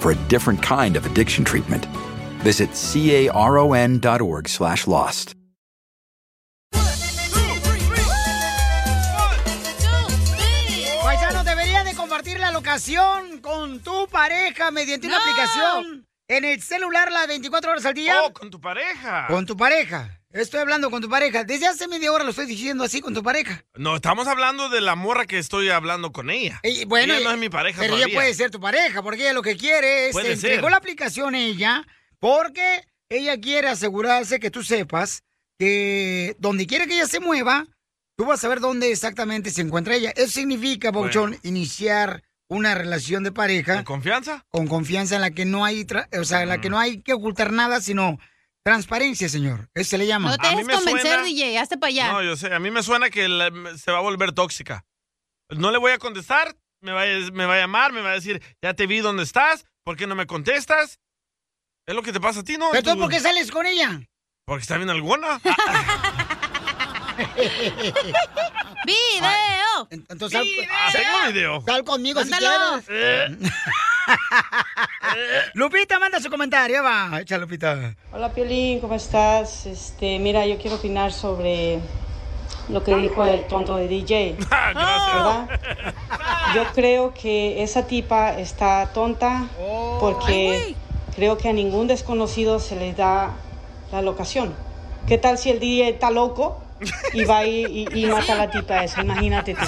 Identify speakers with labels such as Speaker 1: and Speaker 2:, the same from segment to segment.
Speaker 1: for a different kind of addiction treatment. Visit caron.org slash lost.
Speaker 2: Paisano, debería de compartir la locación con tu pareja mediante una
Speaker 3: No.
Speaker 2: aplicación en el celular las 24 horas al día.
Speaker 4: Oh, con tu pareja.
Speaker 2: Con tu pareja. Estoy hablando con tu pareja. Desde hace media hora lo estoy diciendo así con tu pareja.
Speaker 4: No, estamos hablando de la morra que estoy hablando con ella.
Speaker 2: Y bueno,
Speaker 4: ella no es mi pareja
Speaker 2: Pero
Speaker 4: todavía.
Speaker 2: ella puede ser tu pareja, porque ella lo que quiere es.
Speaker 4: Puede
Speaker 2: se entregó
Speaker 4: ser.
Speaker 2: la aplicación ella, porque ella quiere asegurarse que tú sepas que donde quiera que ella se mueva, tú vas a saber dónde exactamente se encuentra ella. Eso significa, Bouchon,
Speaker 4: Bueno.
Speaker 2: iniciar una relación de pareja. ¿Con
Speaker 4: confianza? Mm.
Speaker 2: Con confianza en la que no hay, tra- o sea, en la que no hay que ocultar nada, sino transparencia, señor. Eso se le llama.
Speaker 5: No te dejes convencer, DJ, hazte para allá.
Speaker 4: No, yo sé, a mí me suena que la- se va a volver tóxica. No le voy a contestar, me va a, me va a llamar, me va a decir, ya te vi dónde estás, ¿por qué no me contestas? Es lo que te pasa a ti, ¿no?
Speaker 2: Pero tú,
Speaker 4: Tú-
Speaker 2: ¿por qué sales con ella?
Speaker 4: Porque está bien alguna.
Speaker 5: ¡Video!
Speaker 2: Ah, Entonces, sal-
Speaker 4: Ah, tengo video. Eh.
Speaker 2: Sal conmigo
Speaker 5: Mándalo.
Speaker 2: si quieres. Lupita, manda su comentario, va. Echa, Lupita.
Speaker 6: Hola Piolín, ¿cómo estás? Este, mira, yo quiero opinar sobre lo que dijo el tonto de DJ. ¿Verdad? Yo creo que esa tipa está tonta porque creo que a ningún desconocido se le da la locación. ¿Qué tal si el DJ está loco y va y, y- y mata a la tipa esa? Imagínate tú.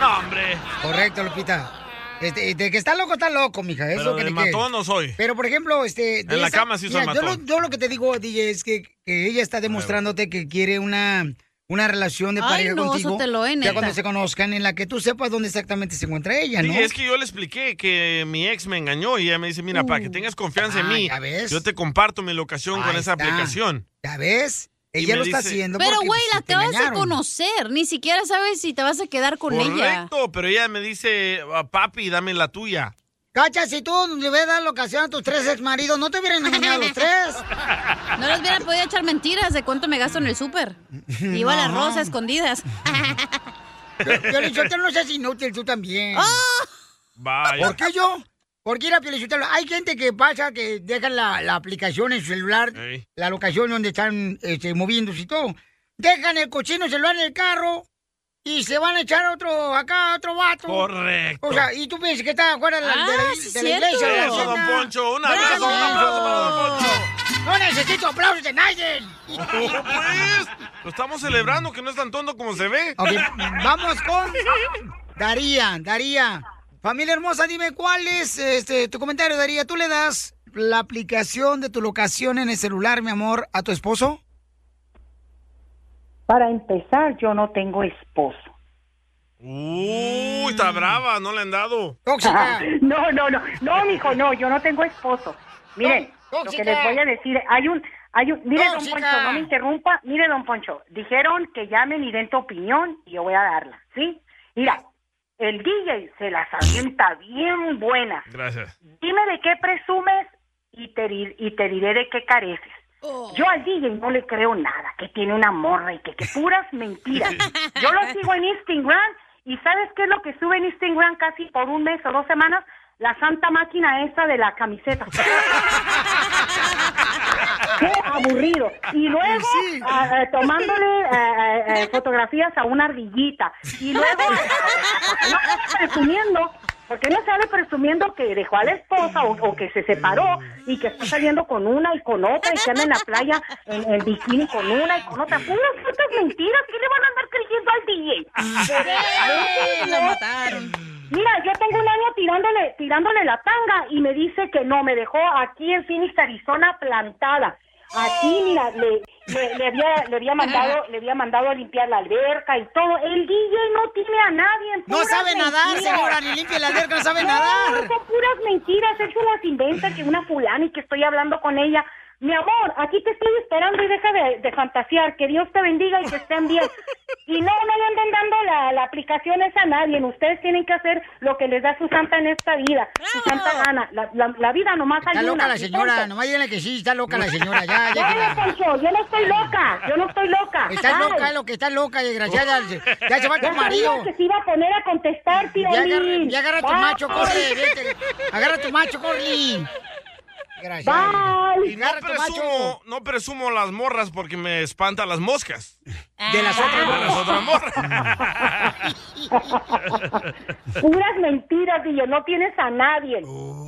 Speaker 4: No, hombre.
Speaker 2: Correcto, Lupita. Este, de que está loco, está loco, mija. Eso
Speaker 4: Pero
Speaker 2: que
Speaker 4: de
Speaker 2: ni qué.
Speaker 4: matón no soy.
Speaker 2: Pero, por ejemplo, este... de
Speaker 4: En la cama sí soy
Speaker 2: mira, yo, lo,
Speaker 4: matón.
Speaker 2: yo lo que te digo, DJ, es que, que ella está demostrándote que quiere una, una relación de
Speaker 5: Ay,
Speaker 2: pareja
Speaker 5: no,
Speaker 2: contigo.
Speaker 5: sótelo, eh,
Speaker 2: ya
Speaker 5: neta.
Speaker 2: cuando se conozcan, en la que tú sepas dónde exactamente se encuentra ella,
Speaker 4: Sí,
Speaker 2: ¿no?
Speaker 4: es que yo le expliqué que mi ex me engañó y ella me dice, mira, para que tengas confianza en
Speaker 2: Ah,
Speaker 4: mí,
Speaker 2: ya ves.
Speaker 4: yo te comparto mi locación con
Speaker 2: Ahí
Speaker 4: esa
Speaker 2: está.
Speaker 4: aplicación.
Speaker 2: ¿Ya ves?
Speaker 4: Y
Speaker 2: Ella
Speaker 4: me
Speaker 2: lo está
Speaker 4: dice-
Speaker 2: haciendo
Speaker 5: Pero,
Speaker 2: porque,
Speaker 5: güey,
Speaker 2: pues,
Speaker 5: la
Speaker 2: te
Speaker 5: te vas a
Speaker 2: engañaron.
Speaker 5: conocer. Ni siquiera sabes si te vas a quedar con ella.
Speaker 4: Correcto, pero ella me dice, "Ah, papi, dame la tuya.
Speaker 2: Cacha, si tú le hubieras dado la ocasión a tus tres ex maridos, no te hubieran engañado los tres.
Speaker 5: No les hubiera podido echar mentiras de cuánto me gasto en el súper. Iba a las
Speaker 2: No.
Speaker 5: rosas escondidas.
Speaker 2: Piolichotelo no seas inútil, tú también.
Speaker 5: ¡Oh!
Speaker 4: Vaya.
Speaker 2: ¿Por qué yo? Porque era Piolichotelo. Hay gente que pasa que dejan la, la aplicación en su celular,
Speaker 4: Ey.
Speaker 2: la locación donde están este, moviéndose y todo. Dejan el cochino celular en el carro y se van a echar otro acá, otro vato.
Speaker 4: Correcto.
Speaker 2: O sea, y tú piensas que está afuera de la, de la-
Speaker 5: Ah, sí,
Speaker 2: de la
Speaker 5: cierto.
Speaker 2: iglesia. de la
Speaker 4: Eso, don
Speaker 2: cena.
Speaker 4: Poncho. Un abrazo, un
Speaker 2: Bravo.
Speaker 4: aplauso para don Poncho.
Speaker 2: No necesito aplausos de nadie.
Speaker 4: Oh, pues, lo estamos celebrando, que no es tan tonto como se ve.
Speaker 2: Ok, vamos con Daría, Daría. Familia hermosa, dime cuál es este, tu comentario, Daría. ¿Tú le das la aplicación de tu locación en el celular, mi amor, a tu esposo?
Speaker 7: Para empezar, yo no tengo esposo.
Speaker 4: Uy, está brava, no le han dado.
Speaker 2: Tóxica.
Speaker 7: Ah, No, no, no, no, mijo, no, yo no tengo esposo. Miren,
Speaker 2: Tó-
Speaker 7: lo
Speaker 2: tóxica.
Speaker 7: que les voy a decir, hay un, hay un, mire, don
Speaker 2: Tóxica.
Speaker 7: Poncho, no me interrumpa, mire, don Poncho, dijeron que llamen y den tu opinión y yo voy a darla, ¿sí? Mira, el DJ se las avienta bien buena.
Speaker 4: Gracias.
Speaker 7: Dime de qué presumes y te, di- y te diré de qué careces. Yo al DJ no le creo nada, que tiene una morra y que, que puras mentiras. Yo lo sigo en Instagram y ¿sabes qué es lo que sube en Instagram casi por un mes o dos semanas? La santa máquina esa de la camiseta. ¡Qué aburrido! Y luego ah, ah, tomándole ah, ah, eh, ah, fotografías a una ardillita. Y luego, ah, no presumiendo, Porque no sale presumiendo que dejó a la esposa o, o que se separó y que está saliendo con una y con otra y que anda en la playa en, en bikini con una y con otra. Unas putas mentiras que le van a andar creyendo al DJ.
Speaker 5: Sí, la mataron.
Speaker 7: Mira, yo tengo un año tirándole, tirándole la tanga y me dice que no, me dejó aquí en Phoenix, Arizona, plantada. Aquí, mira, le, le, le había, le, había mandado, le había mandado a limpiar la alberca y todo. El DJ no tiene a nadie. en
Speaker 2: No
Speaker 7: puras
Speaker 2: sabe nadar,
Speaker 7: mentiras.
Speaker 2: señora, ni limpia la alberca, no sabe
Speaker 7: No,
Speaker 2: nadar.
Speaker 7: son puras mentiras, él se las inventa, que una fulana y que estoy hablando con ella. Mi amor, aquí te estoy esperando y deja de, de fantasear, que Dios te bendiga y que estén bien. Y no, no le anden dando la, la aplicación esa a nadie, ustedes tienen que hacer lo que les da su santa en esta vida, su santa gana, la, la, la vida nomás hay
Speaker 2: Está
Speaker 7: una.
Speaker 2: loca la
Speaker 7: y
Speaker 2: señora,
Speaker 7: punto.
Speaker 2: nomás díganle que sí, está loca la señora, ya,
Speaker 7: No,
Speaker 2: ya.
Speaker 7: no, Poncho, yo no estoy loca, yo no estoy loca.
Speaker 2: Está
Speaker 7: Ay.
Speaker 2: loca, es lo que está loca, desgraciada. Ya se va
Speaker 7: Ya
Speaker 2: tu marido.
Speaker 7: sabía que se iba a poner a contestar, tío.
Speaker 2: Ya agarra,
Speaker 7: Lin.
Speaker 2: ya agarra tu
Speaker 7: Bye.
Speaker 2: macho, corre, vete. Agarra tu macho, corre. Gracias.
Speaker 7: Bye.
Speaker 4: Y no
Speaker 2: Agarra tu macho.
Speaker 4: presumo, no presumo las morras porque me espantan las moscas.
Speaker 2: De las otras
Speaker 4: De las
Speaker 2: morras.
Speaker 4: otras morras.
Speaker 7: Puras mentiras, Dillo. No tienes a nadie.
Speaker 2: No,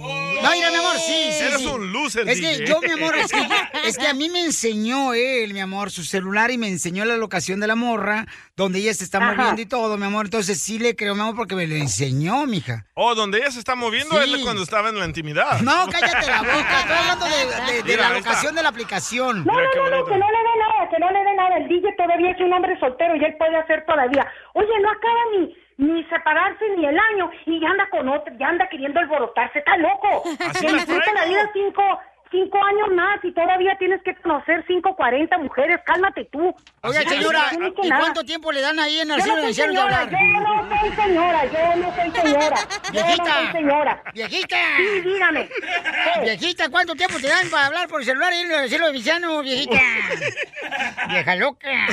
Speaker 2: mira, mi amor, sí, sí.
Speaker 4: Eres
Speaker 2: sí.
Speaker 4: un loser,
Speaker 2: Es que
Speaker 4: DJ.
Speaker 2: yo, mi amor, es que, es que a mí me enseñó él, mi amor, su celular y me enseñó la locación de la morra, donde ella se está
Speaker 7: Ajá.
Speaker 2: moviendo y todo, mi amor. Entonces sí le creo, mi amor, porque me lo enseñó, mija.
Speaker 4: Oh, donde ella se está moviendo
Speaker 2: Sí.
Speaker 4: es cuando estaba en la intimidad.
Speaker 2: No, cállate la boca. Estoy hablando de, de- de
Speaker 4: Mira,
Speaker 2: la
Speaker 4: ahí está.
Speaker 2: locación de la aplicación.
Speaker 7: No,
Speaker 4: Mira qué
Speaker 7: no, no, no,
Speaker 4: bonito.
Speaker 7: que no le dé nada, que no le dé nada. El DJ todavía es un hombre soltero y él puede hacer todavía. Oye, no acaba ni, ni separarse ni el año y ya anda con otro, ya anda queriendo alborotarse. Está loco.
Speaker 4: Así
Speaker 7: Que
Speaker 4: las
Speaker 7: disfruta la
Speaker 4: traigo.
Speaker 7: vida cinco, cinco años más y todavía tienes que conocer cinco, cuarenta mujeres. Cálmate tú.
Speaker 2: Oiga,
Speaker 7: Ya,
Speaker 2: señora,
Speaker 7: no tiene que
Speaker 2: ¿y
Speaker 7: nada.
Speaker 2: cuánto tiempo le dan ahí en el
Speaker 7: Yo
Speaker 2: cielo
Speaker 7: no soy
Speaker 2: del cielo de
Speaker 7: señora,
Speaker 2: hablar?
Speaker 7: yo no soy señora, yo no soy señora. Yo no soy
Speaker 2: Viejita.
Speaker 7: señora.
Speaker 2: ¡Viejita!
Speaker 7: Sí, dígame. Eh,
Speaker 2: Viejita, ¿cuánto tiempo te dan para hablar por celular y en el cielo de Villano, viejita? Vieja loca.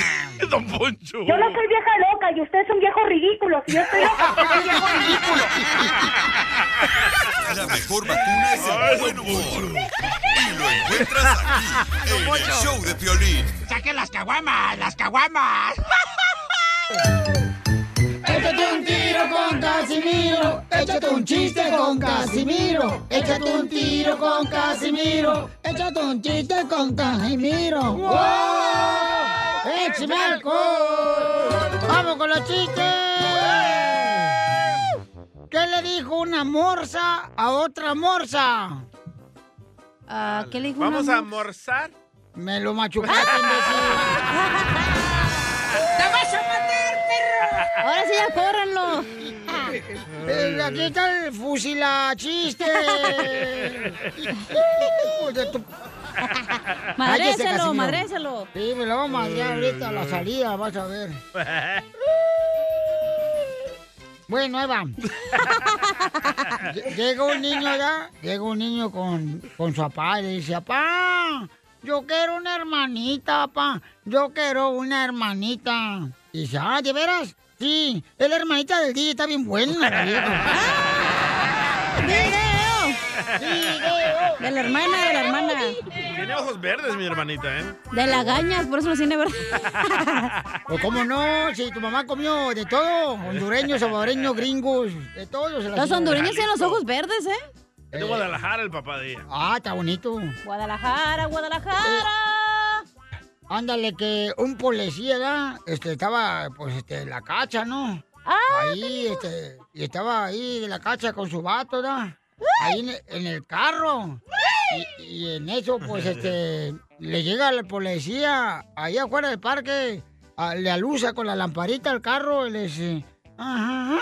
Speaker 4: Don Poncho.
Speaker 7: Yo no soy vieja loca y usted es un viejo ridículo. Si yo estoy loca, usted es un viejo ridículo.
Speaker 8: La mejor vacuna es el buen humor. Y lo encuentras aquí, en el show de Piolín.
Speaker 2: ¡Saque las caguamas, las caguamas! Échate un tiro con Casimiro, échate un chiste con Casimiro, échate un tiro con Casimiro, échate un chiste con Casimiro. ¡Wow! ¡Échame alcohol! ¡Vamos con los chistes! ¿Qué le dijo una morsa a otra morsa?
Speaker 5: Ah, ¿Qué le dijo
Speaker 4: Vamos
Speaker 5: una
Speaker 4: a
Speaker 5: morsa?
Speaker 4: almorzar.
Speaker 2: Me lo machucaste, imbécil.
Speaker 5: Ahora sí ya córranlo.
Speaker 2: Eh, aquí está el fusilachiste. Hijo de tu- Cállese,
Speaker 5: Madréselo,
Speaker 2: Casimiro.
Speaker 5: madréselo.
Speaker 2: Sí, me lo vamos a madrear ahorita a la salida, vas a ver. Bueno, ahí va. Lle- Llega un niño ya, llega un niño con, con su papá y le dice, papá, yo quiero una hermanita, papá, yo quiero una hermanita. Y dice, ah, ¿de veras? Sí, es la hermanita del DJ, está bien buena. la vieja".
Speaker 5: ¡Video! De la hermana, de la hermana.
Speaker 4: Tiene ojos verdes, mi hermanita, ¿eh?
Speaker 5: De las gañas, por eso lo tiene verdad.
Speaker 2: Pues cómo no, si tu mamá comió de todo, hondureños, salvadoreños, gringos, de todos.
Speaker 5: Los hondureños tienen los ojos verdes, ¿eh?
Speaker 4: Es de Guadalajara el papá de ella.
Speaker 2: Ah, está bonito.
Speaker 5: Guadalajara,
Speaker 2: Eh,
Speaker 5: Guadalajara.
Speaker 2: Ándale, que un policía, ¿verdad? Este, estaba, pues, este, la cacha, ¿no?
Speaker 5: Ah,
Speaker 2: Ahí, este, y estaba ahí la cacha con su vato, ¿verdad? Ahí en, en el carro. Y, y en eso, pues, este, le llega la policía ahí afuera del parque, a- le alusa con la lamparita al carro y le dice, "Ajá,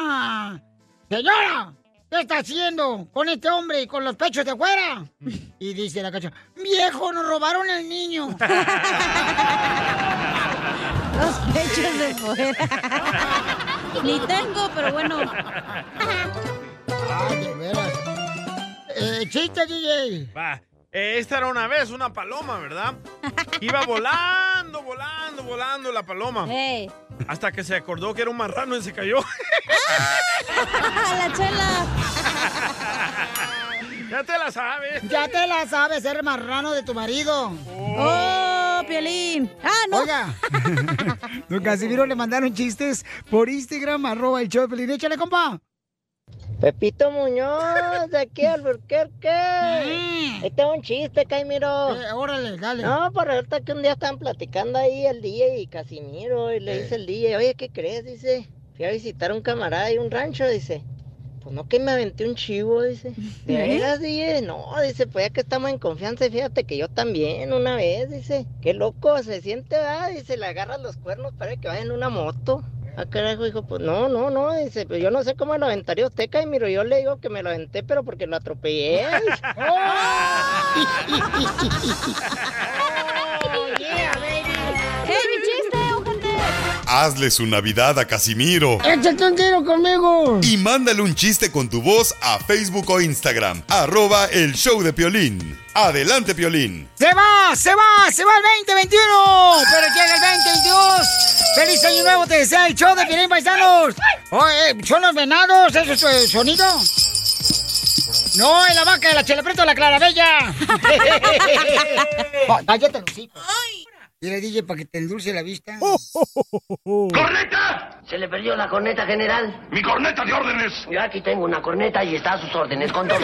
Speaker 2: ajá. señora, ¿qué está haciendo con este hombre y con los pechos de afuera? Y dice la cacha, viejo, nos robaron el niño.
Speaker 5: los pechos de fuera. Ni tengo, pero bueno.
Speaker 2: Ay, de veras. Eh, chiste, DJ.
Speaker 4: Va. Eh, esta era una vez, una paloma, ¿verdad? Iba volando, volando, volando la paloma.
Speaker 5: ¡Ey!
Speaker 4: Hasta que se acordó que era un marrano y se cayó.
Speaker 5: ¡A la chela!
Speaker 4: ya te la sabes.
Speaker 2: Ya te la sabes, ser marrano de tu marido.
Speaker 5: ¡Oh, Piolín! ¡Ah, no!
Speaker 2: Oiga. Don Casimiro le mandaron chistes por Instagram, arroba el show de Pelín. Échale, compa.
Speaker 9: Pepito Muñoz, de aquí al Burquerque. Ahí tengo un chiste, Caimiro.
Speaker 2: Mm. Eh, órale, dale.
Speaker 9: No, por ahorita que un día estaban platicando ahí el DJ y Casimiro, y le
Speaker 10: Eh.
Speaker 9: dice el DJ, oye, ¿qué crees? Dice, fui a visitar a un camarada y un rancho, dice. Pues no que me aventé un chivo, dice. ¿De
Speaker 10: ¿Eh?
Speaker 9: veras, DJ? No, dice, pues ya que estamos en confianza, fíjate que yo también una vez, dice. Qué loco se siente, ¿verdad? Dice, le agarras los cuernos, parece que va en una moto. Ah, carajo, dijo, pues no, no, no, dice, pues yo no sé cómo lo aventaría usted, Caimiro. Yo le digo que me lo aventé, pero porque lo atropellé. dice.
Speaker 5: ¡Heavy chiste, ojete!
Speaker 8: Hazle su Navidad a Casimiro.
Speaker 2: ¡Échate un tiro conmigo!
Speaker 8: Y mándale un chiste con tu voz a Facebook o Instagram. Arroba el show de Piolín. Adelante, Piolín.
Speaker 2: ¡Se va! ¡Se va! ¡Se va el 2021! ¡Pero llega el 2022! ¡Feliz año nuevo! ¡Te desea el show de Piolín Paisanos! Oye, ¿Son los venados? ¿Eso es eh, sonido? No, es la vaca, la chelepreto, la clarabella. Oh, Cállate los hijos. Dile, DJ, para que te endulce la vista.
Speaker 11: ¡Corneta! Se le perdió la corneta, general. ¡Mi corneta de órdenes! Yo aquí tengo una corneta y está a sus órdenes, con todo.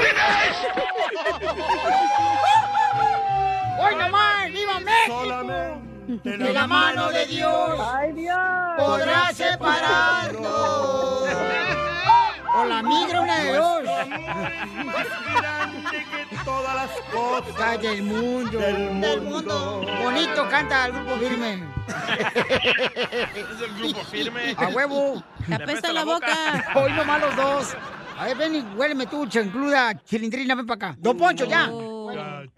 Speaker 2: ¡Hoy nomás! ¡Viva México! de la mano de Dios. ¡Ay, Dios! Podrá separarnos. O la migra una de dos. Todas las cosas del mundo. Del, mundo. Bonito canta el grupo firme.
Speaker 12: Es el grupo firme.
Speaker 2: A huevo.
Speaker 12: Le apesta la boca.
Speaker 2: Hoy nomás los dos. A ver, ven y huéleme tú, chancluda, chilindrina, ven para acá. Don Poncho, ya.
Speaker 12: Oh,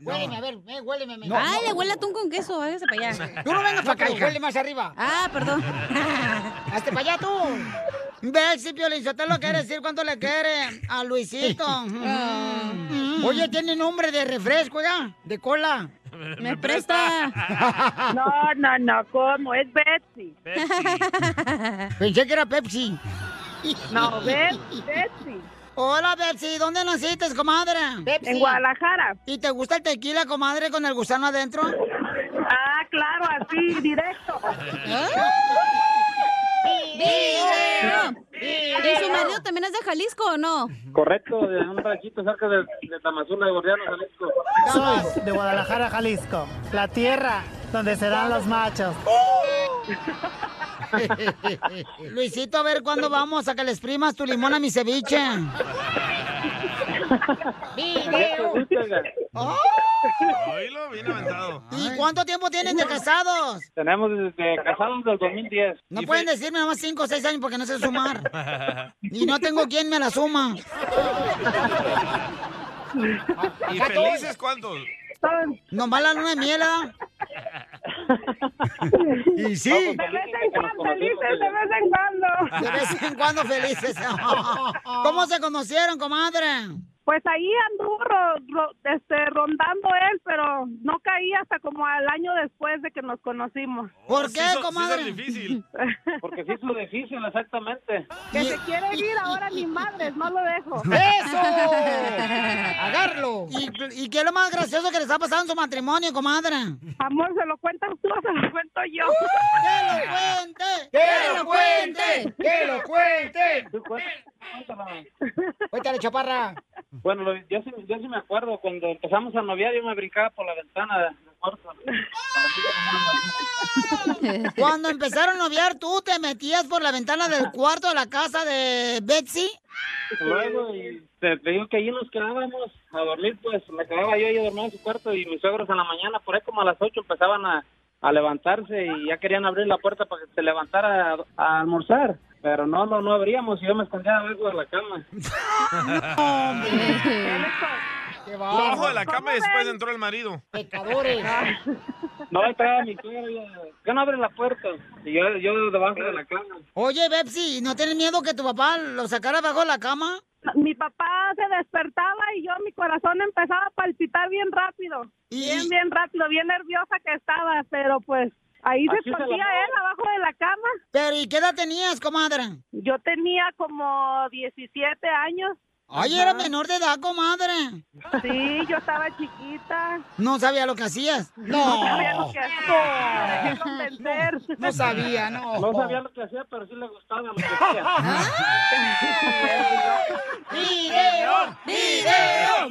Speaker 5: Huéleme, a
Speaker 2: ver, eh, huéleme.
Speaker 5: No, Oh. Ay, le huele atún con queso, váyase para allá.
Speaker 2: Tú no vengas para acá,
Speaker 5: pero
Speaker 2: hija. Huele más arriba.
Speaker 5: Ah, perdón.
Speaker 2: Hazte para allá tú. Ve si Piolín lo quiere decir cuánto le quiere a Luisito.
Speaker 12: Ah.
Speaker 2: Mm. Oye, tiene nombre de refresco, ya, de cola.
Speaker 5: Me presta.
Speaker 2: No, no, no, ¿cómo? Es Betsy. Pensé que era Pepsi.
Speaker 10: No, Bep-
Speaker 2: Betsy. Hola, Betsy, ¿dónde naciste, comadre?
Speaker 10: En
Speaker 2: Guadalajara. ¿Y te gusta el tequila, comadre, con el gusano adentro? Ah, claro, así, directo.
Speaker 5: Video. ¿Y su marido también es de Jalisco o no?
Speaker 13: Correcto, de un ranchito cerca de, de Tamazula, de Gordiano, Jalisco.
Speaker 14: Soy de Guadalajara, Jalisco, la tierra donde se dan los machos.
Speaker 2: Luisito, a ver cuándo vamos a que les primas tu limón a mi ceviche. Oh.
Speaker 12: Oílo, bien aventado.
Speaker 2: ¿Y cuánto tiempo tienen de casados?
Speaker 13: Tenemos desde casados del 2010.
Speaker 2: No pueden decirme nomás 5 o 6 años porque no sé sumar. Y no tengo quien me la suma.
Speaker 12: ¿Y
Speaker 2: Acá
Speaker 12: felices cuántos?
Speaker 2: Nomás la luna de miel. ¿ah? Y sí. De
Speaker 10: vez en cuando,
Speaker 2: felices, de vez en cuando. De vez en cuando felices. ¿Cómo se conocieron, comadre?
Speaker 15: Pues ahí anduvo ro- ro- este, rondando él, pero no caí hasta como al año después de que nos conocimos.
Speaker 13: Oh,
Speaker 2: ¿Por qué,
Speaker 15: comadre?
Speaker 12: difícil.
Speaker 13: Porque sí hizo difícil, exactamente.
Speaker 15: Que se quiere ir ahora ni madres, no lo dejo.
Speaker 2: ¡Eso! ¡Agarlo! ¿Y, y qué es lo más gracioso que les ha pasado en su matrimonio, comadre? Amor, ¿se lo cuentas tú o se lo cuento yo? ¡Que lo cuente!
Speaker 10: ¡Que lo cuente!
Speaker 2: ¡Que lo cuente! Cuéntale, chaparra.
Speaker 13: Bueno, lo- yo sí, yo sí me acuerdo, cuando empezamos a noviar yo me brincaba por la ventana de- del cuarto.
Speaker 2: Cuando empezaron a noviar, ¿tú te metías por la ventana del cuarto de la casa de Betsy?
Speaker 13: Luego, y te, te digo que allí nos quedábamos a dormir, pues me quedaba yo, yo dormía en su cuarto y mis suegros en la mañana, por ahí como a las 8 empezaban a, a levantarse y ya querían abrir la puerta para que se levantara a, a almorzar. Pero no, no, no abríamos y yo me escondía abajo de la cama.
Speaker 12: Ojo de la cama y después entró el marido.
Speaker 2: Pecadores.
Speaker 13: No, estaba mi suegra, que no abre la puerta. Y yo, yo debajo de la cama.
Speaker 2: Oye, Betsy, ¿no tienes miedo que tu papá lo sacara bajo de la cama? Mi papá se despertaba
Speaker 15: Y yo, mi corazón empezaba a palpitar bien rápido. Bien, bien rápido, bien nerviosa que estaba, pero pues ahí
Speaker 2: Así
Speaker 15: se
Speaker 2: es el
Speaker 15: escondía
Speaker 2: amor.
Speaker 15: él abajo de la cama.
Speaker 2: Pero ¿y qué edad tenías, comadre?
Speaker 15: Yo tenía como 17 años.
Speaker 2: Ay, era menor de edad, comadre.
Speaker 15: Sí, yo estaba chiquita.
Speaker 2: No sabía lo que hacías.
Speaker 15: No sabía lo que hacía.
Speaker 2: No sabía, no. Ah.
Speaker 13: No sabía lo que hacía, pero sí le gustaba lo que hacía.
Speaker 12: ¡Video! ¡Video!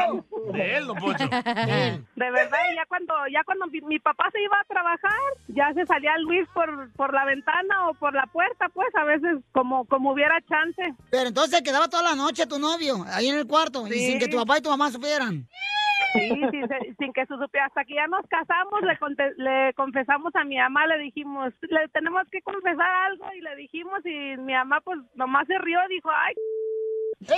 Speaker 12: ¡Video!
Speaker 4: De él, don Poncho.
Speaker 15: De verdad, ya cuando ya cuando mi, mi papá se iba a trabajar, ya se salía Luis por, por la ventana o por la puerta, pues a veces como como hubiera chance.
Speaker 2: Pero entonces quedaba toda la noche tu novio, ahí en el cuarto, y
Speaker 15: Sí.
Speaker 2: sin que tu papá y tu mamá supieran.
Speaker 15: Sí, sin, se- sin que se supiera. Hasta que ya nos casamos, le, conte- le confesamos a mi mamá, le dijimos, le tenemos que confesar algo y le dijimos y mi mamá pues nomás se rió, dijo, ay. De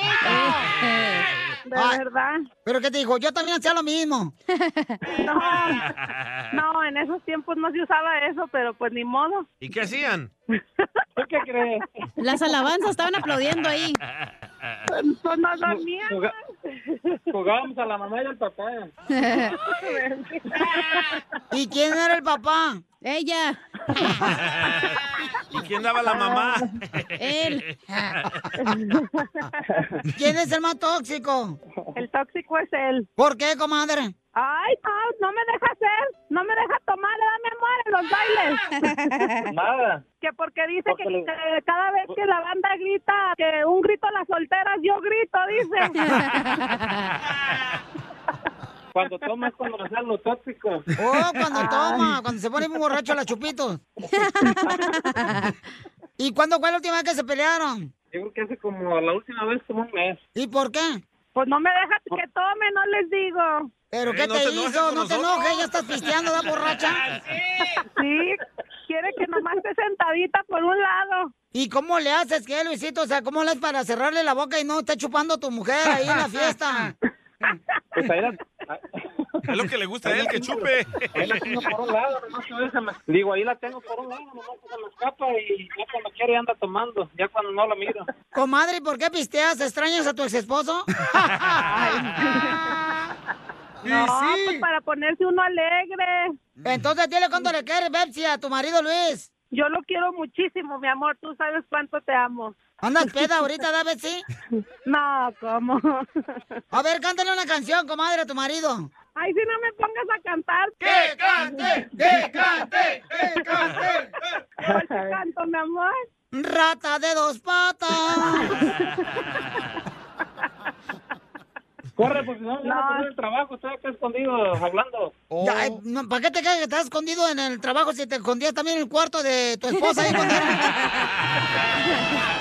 Speaker 2: Ay,
Speaker 15: verdad.
Speaker 2: Pero que te dijo, yo también hacía lo mismo.
Speaker 15: No, no, en esos tiempos no se usaba eso, pero pues ni modo.
Speaker 4: ¿Y qué hacían?
Speaker 15: ¿Qué crees?
Speaker 5: Las alabanzas estaban aplaudiendo ahí.
Speaker 15: Son no dormían.
Speaker 13: Juga- Jugábamos a la mamá y al papá.
Speaker 2: ¿Y quién era el papá?
Speaker 5: Ella.
Speaker 4: ¿Y quién daba la mamá?
Speaker 2: Ah.
Speaker 5: Él.
Speaker 2: ¿Quién es el más tóxico?
Speaker 15: El tóxico es él.
Speaker 2: ¿Por qué, comadre?
Speaker 15: Ay, no, no me deja hacer, no me deja tomar, dame amor en los bailes.
Speaker 13: Nada.
Speaker 15: Que porque dice que, que cada vez que la banda grita, que un grito a las solteras, yo grito, dice.
Speaker 13: Cuando tomas, cuando me salen los tóxicos.
Speaker 2: Oh, cuando toma, cuando se pone muy borracho la chupito. ¿Y cuándo fue la última vez que se pelearon?
Speaker 13: Yo creo que hace como la última vez, como un mes.
Speaker 2: ¿Y por qué?
Speaker 15: Pues no me deja que tome, no les digo.
Speaker 2: ¿Pero qué te, hizo? No te enojes, ya estás pisteando, da borracha.
Speaker 15: Sí, quiere que nomás esté sentadita por un lado.
Speaker 2: ¿Y cómo le haces, qué, Luisito? O sea, ¿cómo le haces para cerrarle la boca y no esté chupando tu mujer ahí en la fiesta?
Speaker 13: Pues ahí la-
Speaker 4: Es lo que le gusta a él, que chupe.
Speaker 13: ahí la tengo por un lado, nomás que a veces me- Digo, ahí la tengo por un lado, nomás que se me escapa y ya cuando quiere anda tomando, ya cuando no la miro.
Speaker 2: Comadre, ¿por qué pisteas? ¿Extrañas a tu ex esposo?
Speaker 15: No, pues para ponerse uno alegre.
Speaker 2: Entonces dile cuánto le quieres, Pepsi, a tu marido Luis.
Speaker 15: Yo lo quiero muchísimo, mi amor. Tú sabes cuánto te amo.
Speaker 2: ¿Andas peda ahorita, da Betsy?
Speaker 15: No, ¿cómo?
Speaker 2: A ver, cántale una canción, comadre, a tu marido.
Speaker 15: Ay, si no me pongas a cantar.
Speaker 12: ¡Que cante, que cante, que cante!
Speaker 15: ¿Cuál te canto, mi amor?
Speaker 2: Rata de dos patas.
Speaker 13: Corre, porque no, no, no el trabajo, estoy acá escondido hablando.
Speaker 4: Oh.
Speaker 2: Ya, eh, no, ¿Para qué te crees que estás escondido en el trabajo si te escondías también en el cuarto de tu esposa? Ahí, cuando era-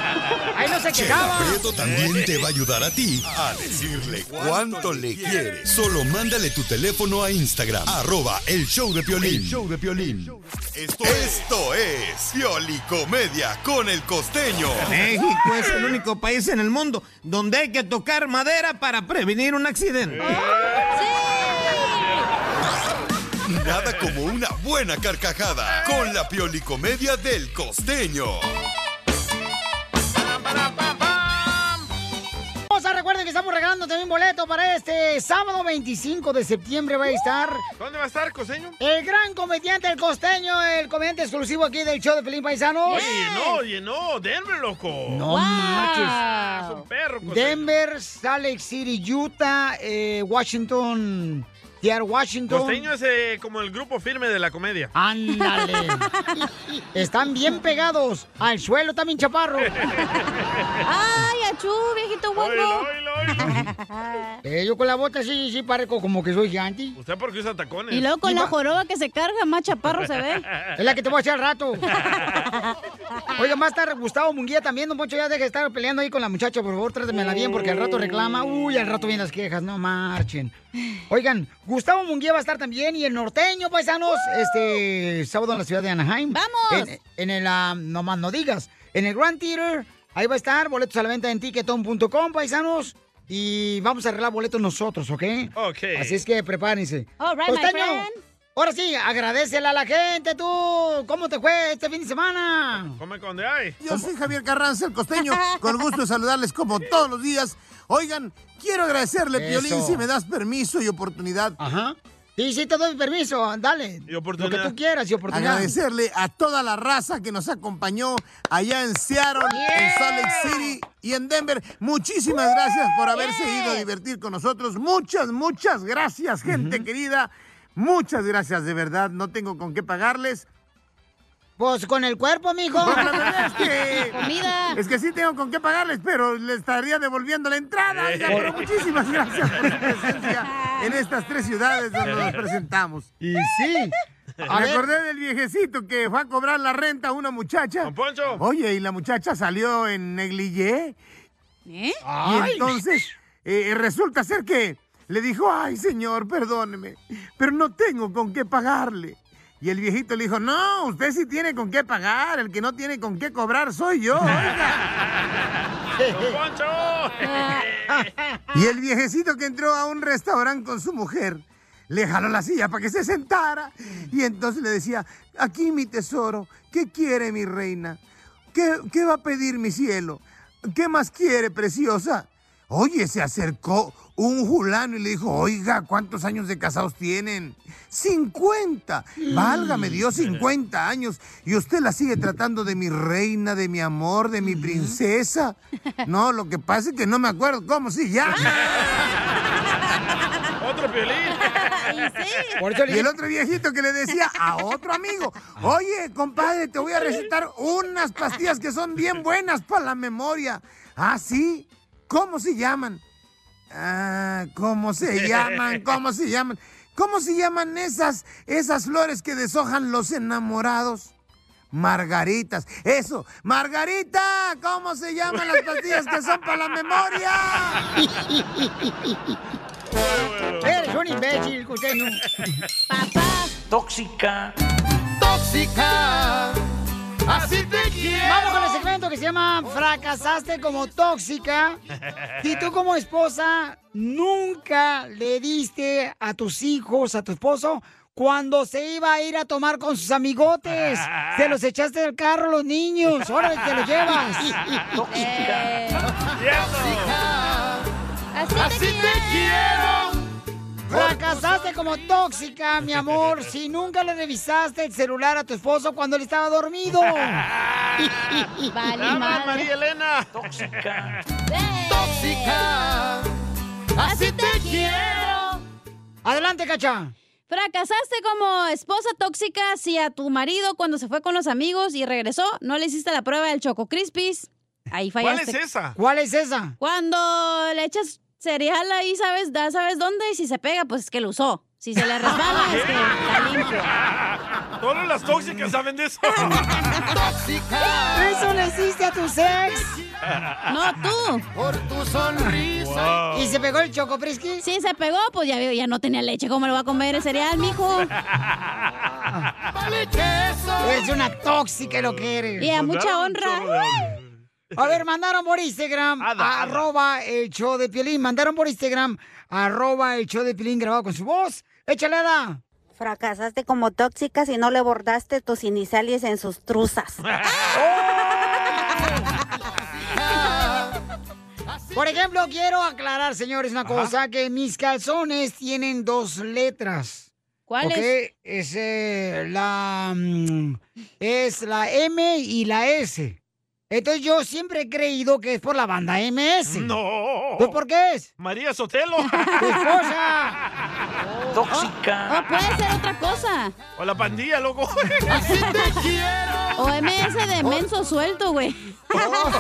Speaker 2: Ahí no se
Speaker 8: Chela
Speaker 2: quejaba.
Speaker 8: Prieto también te va a ayudar a ti a decirle cuánto le quieres. Solo mándale tu teléfono a Instagram, arroba el show de Piolín.
Speaker 16: El
Speaker 8: show de Piolín. Esto, esto es Piolicomedia con el costeño.
Speaker 16: México es el único país en el mundo donde hay que tocar madera para prevenir un accidente.
Speaker 8: Nada como una buena carcajada con la Piolicomedia del costeño.
Speaker 2: Vamos a recuerden que estamos regalando también boleto para este sábado 25 de septiembre. Va a estar
Speaker 4: ¿Dónde va a estar, coseño?
Speaker 2: el gran comediante, el costeño, el comediante exclusivo aquí del show de Pelín Paisano.
Speaker 4: Oye, llenó, llenó. Denver, loco.
Speaker 2: No marches.
Speaker 4: Es un perro, costeño.
Speaker 2: Denver, Salt Lake City, Utah, eh, Washington, Seattle, Washington.
Speaker 4: Costeño es eh, como el grupo firme de la comedia.
Speaker 2: Ándale. Están bien pegados. Al suelo también, chaparro.
Speaker 5: ¡Ay, achú, viejito
Speaker 4: Oilo,
Speaker 5: guapo!
Speaker 4: oilo.
Speaker 2: Eh, yo con la bota sí, sí, parezco como que soy gigante.
Speaker 4: ¿Usted por qué usa tacones?
Speaker 5: Y luego con la joroba que se carga, más chaparro se ve.
Speaker 2: Es la que te voy a echar al rato. Oiga, más tarde Gustavo Munguía también, don Poncho, ya deja de estar peleando ahí con la muchacha, por favor, trátemela bien porque al rato reclama. Uy, al rato vienen las quejas, no marchen. Oigan, Gustavo Munguía va a estar también y el norteño, paisanos, este sábado en la ciudad de Anaheim.
Speaker 5: ¡Vamos!
Speaker 2: En, en el, ah, no más no digas, en el Grand Theater, ahí va a estar, boletos a la venta en ticketon.com, paisanos. Y vamos a arreglar boletos nosotros, ¿ok?
Speaker 4: Ok.
Speaker 2: Así es que prepárense.
Speaker 5: All right, my friend.
Speaker 2: ahora sí, agradecela a la gente, tú. ¿Cómo te fue este fin de semana?
Speaker 4: Come con de ahí.
Speaker 16: Yo soy Javier Carranza, el costeño, con gusto de saludarles como todos los días. Oigan, quiero agradecerle,
Speaker 4: Eso.
Speaker 16: Piolín, si me das permiso y oportunidad.
Speaker 2: Sí, sí, te doy permiso, dale. Lo que tú quieras y oportunidad.
Speaker 17: Agradecerle a toda la raza que nos acompañó allá en Seattle, en Salt Lake City y en Denver. Muchísimas gracias por haberse ido a divertir con nosotros. Muchas, muchas gracias, gente querida. Muchas gracias, de verdad. No tengo con qué pagarles.
Speaker 2: Pues con el cuerpo, mijo.
Speaker 17: es que,
Speaker 2: Comida.
Speaker 17: Es que sí tengo con qué pagarles, pero le estaría devolviendo la entrada. oiga, pero muchísimas gracias por su presencia en estas tres ciudades donde nos presentamos.
Speaker 2: Y sí.
Speaker 17: Me acordé del viejecito que fue a cobrar la renta a una muchacha. Oye, y la muchacha salió en negligé.
Speaker 5: ¿Eh?
Speaker 17: Y entonces eh, resulta ser que le dijo, ay señor, perdóneme, pero no tengo con qué pagarle. Y el viejito le dijo, no, usted sí tiene con qué pagar, el que no tiene con qué cobrar soy yo. oiga". Y el viejecito que entró a un restaurante con su mujer, le jaló la silla para que se sentara. Y entonces le decía, aquí mi tesoro, ¿qué quiere mi reina? ¿Qué, qué va a pedir mi cielo? ¿Qué más quiere, preciosa? Oye, se acercó un fulano y le dijo, oiga, ¿cuántos años de casados tienen? 50. Válgame Dios, 50 años. Y usted la sigue tratando de mi reina, de mi amor, de mi princesa. No, lo que pasa es que no me acuerdo cómo se llama.
Speaker 4: Otro violín.
Speaker 17: Por eso le- Y el otro viejito que le decía a otro amigo, oye, compadre, te voy a recetar unas pastillas que son bien buenas para la memoria. Ah, sí, ¿cómo se llaman? Ah, ¿cómo se llaman? ¿Cómo se llaman? ¿Cómo se llaman esas, esas flores que deshojan los enamorados? Margaritas, eso, Margarita, ¿cómo se llaman las pastillas que son para la memoria?
Speaker 2: Eres un imbécil, usted no.
Speaker 18: Tóxica.
Speaker 2: tóxica. Así te quiero. Vamos con el segmento que se llama Fracasaste como tóxica. Si tú como esposa nunca le diste a tus hijos, a tu esposo, cuando se iba a ir a tomar con sus amigotes, te los echaste del carro los niños, ahora
Speaker 17: Pues
Speaker 2: te los llevas.
Speaker 5: Eh,
Speaker 2: Así, te, quiero. Fracasaste como tóxica, mi amor, si nunca le revisaste el celular a tu esposo cuando él estaba dormido.
Speaker 4: Dame, María Elena.
Speaker 18: Tóxica.
Speaker 2: Tóxica.
Speaker 5: Así te quiero.
Speaker 2: Adelante, cacha.
Speaker 5: Fracasaste como esposa tóxica si a tu marido cuando se fue con los amigos y regresó no le hiciste la prueba del Choco Crispis. Ahí fallaste.
Speaker 4: ¿Cuál es esa?
Speaker 2: ¿Cuál es esa?
Speaker 5: Cuando le echas cereal ahí, ¿sabes? Da, ¿sabes dónde? Y si se pega, pues es que lo usó. Si se le resbala, es que la limpio.
Speaker 4: Solo las tóxicas saben de eso.
Speaker 2: ¿Eso le hiciste a tu sex?
Speaker 5: No, tú.
Speaker 2: Por tu sonrisa. ¿Y se pegó el Choco Frisky?
Speaker 5: Sí, se pegó, pues ya veo, ya no tenía leche. ¿Cómo lo va a comer el cereal, mijo?
Speaker 2: Eres una tóxica lo que eres.
Speaker 5: Y a mucha honra.
Speaker 2: A ver, mandaron por Instagram, arroba el show de Piolín. Mandaron por Instagram, arroba el show de Piolín grabado con su voz. Échale, Ada.
Speaker 19: Fracasaste como tóxica si no le bordaste tus iniciales en sus truzas.
Speaker 2: Por ejemplo, quiero aclarar, señores, una cosa, que mis calzones tienen dos letras.
Speaker 5: ¿Cuál
Speaker 2: ¿Ok?
Speaker 5: es?
Speaker 2: Es, eh, la, mm, es la M y la S. Entonces yo siempre he creído que es por la banda MS.
Speaker 4: No.
Speaker 2: ¿Pues por qué es?
Speaker 4: María Sotelo.
Speaker 2: ¡Tu esposa!
Speaker 12: Ah,
Speaker 4: Tóxica.
Speaker 5: O puede ser otra cosa.
Speaker 4: O la pandilla, loco.
Speaker 5: O MS de menso suelto, güey.
Speaker 12: Oh,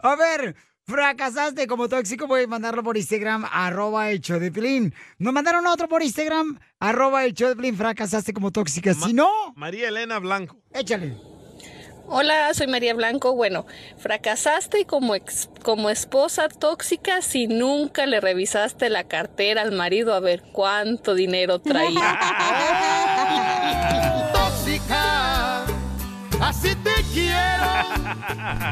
Speaker 2: A ver, fracasaste como tóxico. Voy a mandarlo por Instagram, arroba el show de Piolín. Nos mandaron otro por Instagram, arroba el show de Piolín, Fracasaste como tóxica. si no,
Speaker 4: María Elena Blanco.
Speaker 2: échale.
Speaker 14: Hola, soy María Blanco. Bueno, fracasaste como, ex- como esposa tóxica si nunca le revisaste la cartera al marido a ver cuánto dinero traía.
Speaker 18: Tóxica. Así te quiero.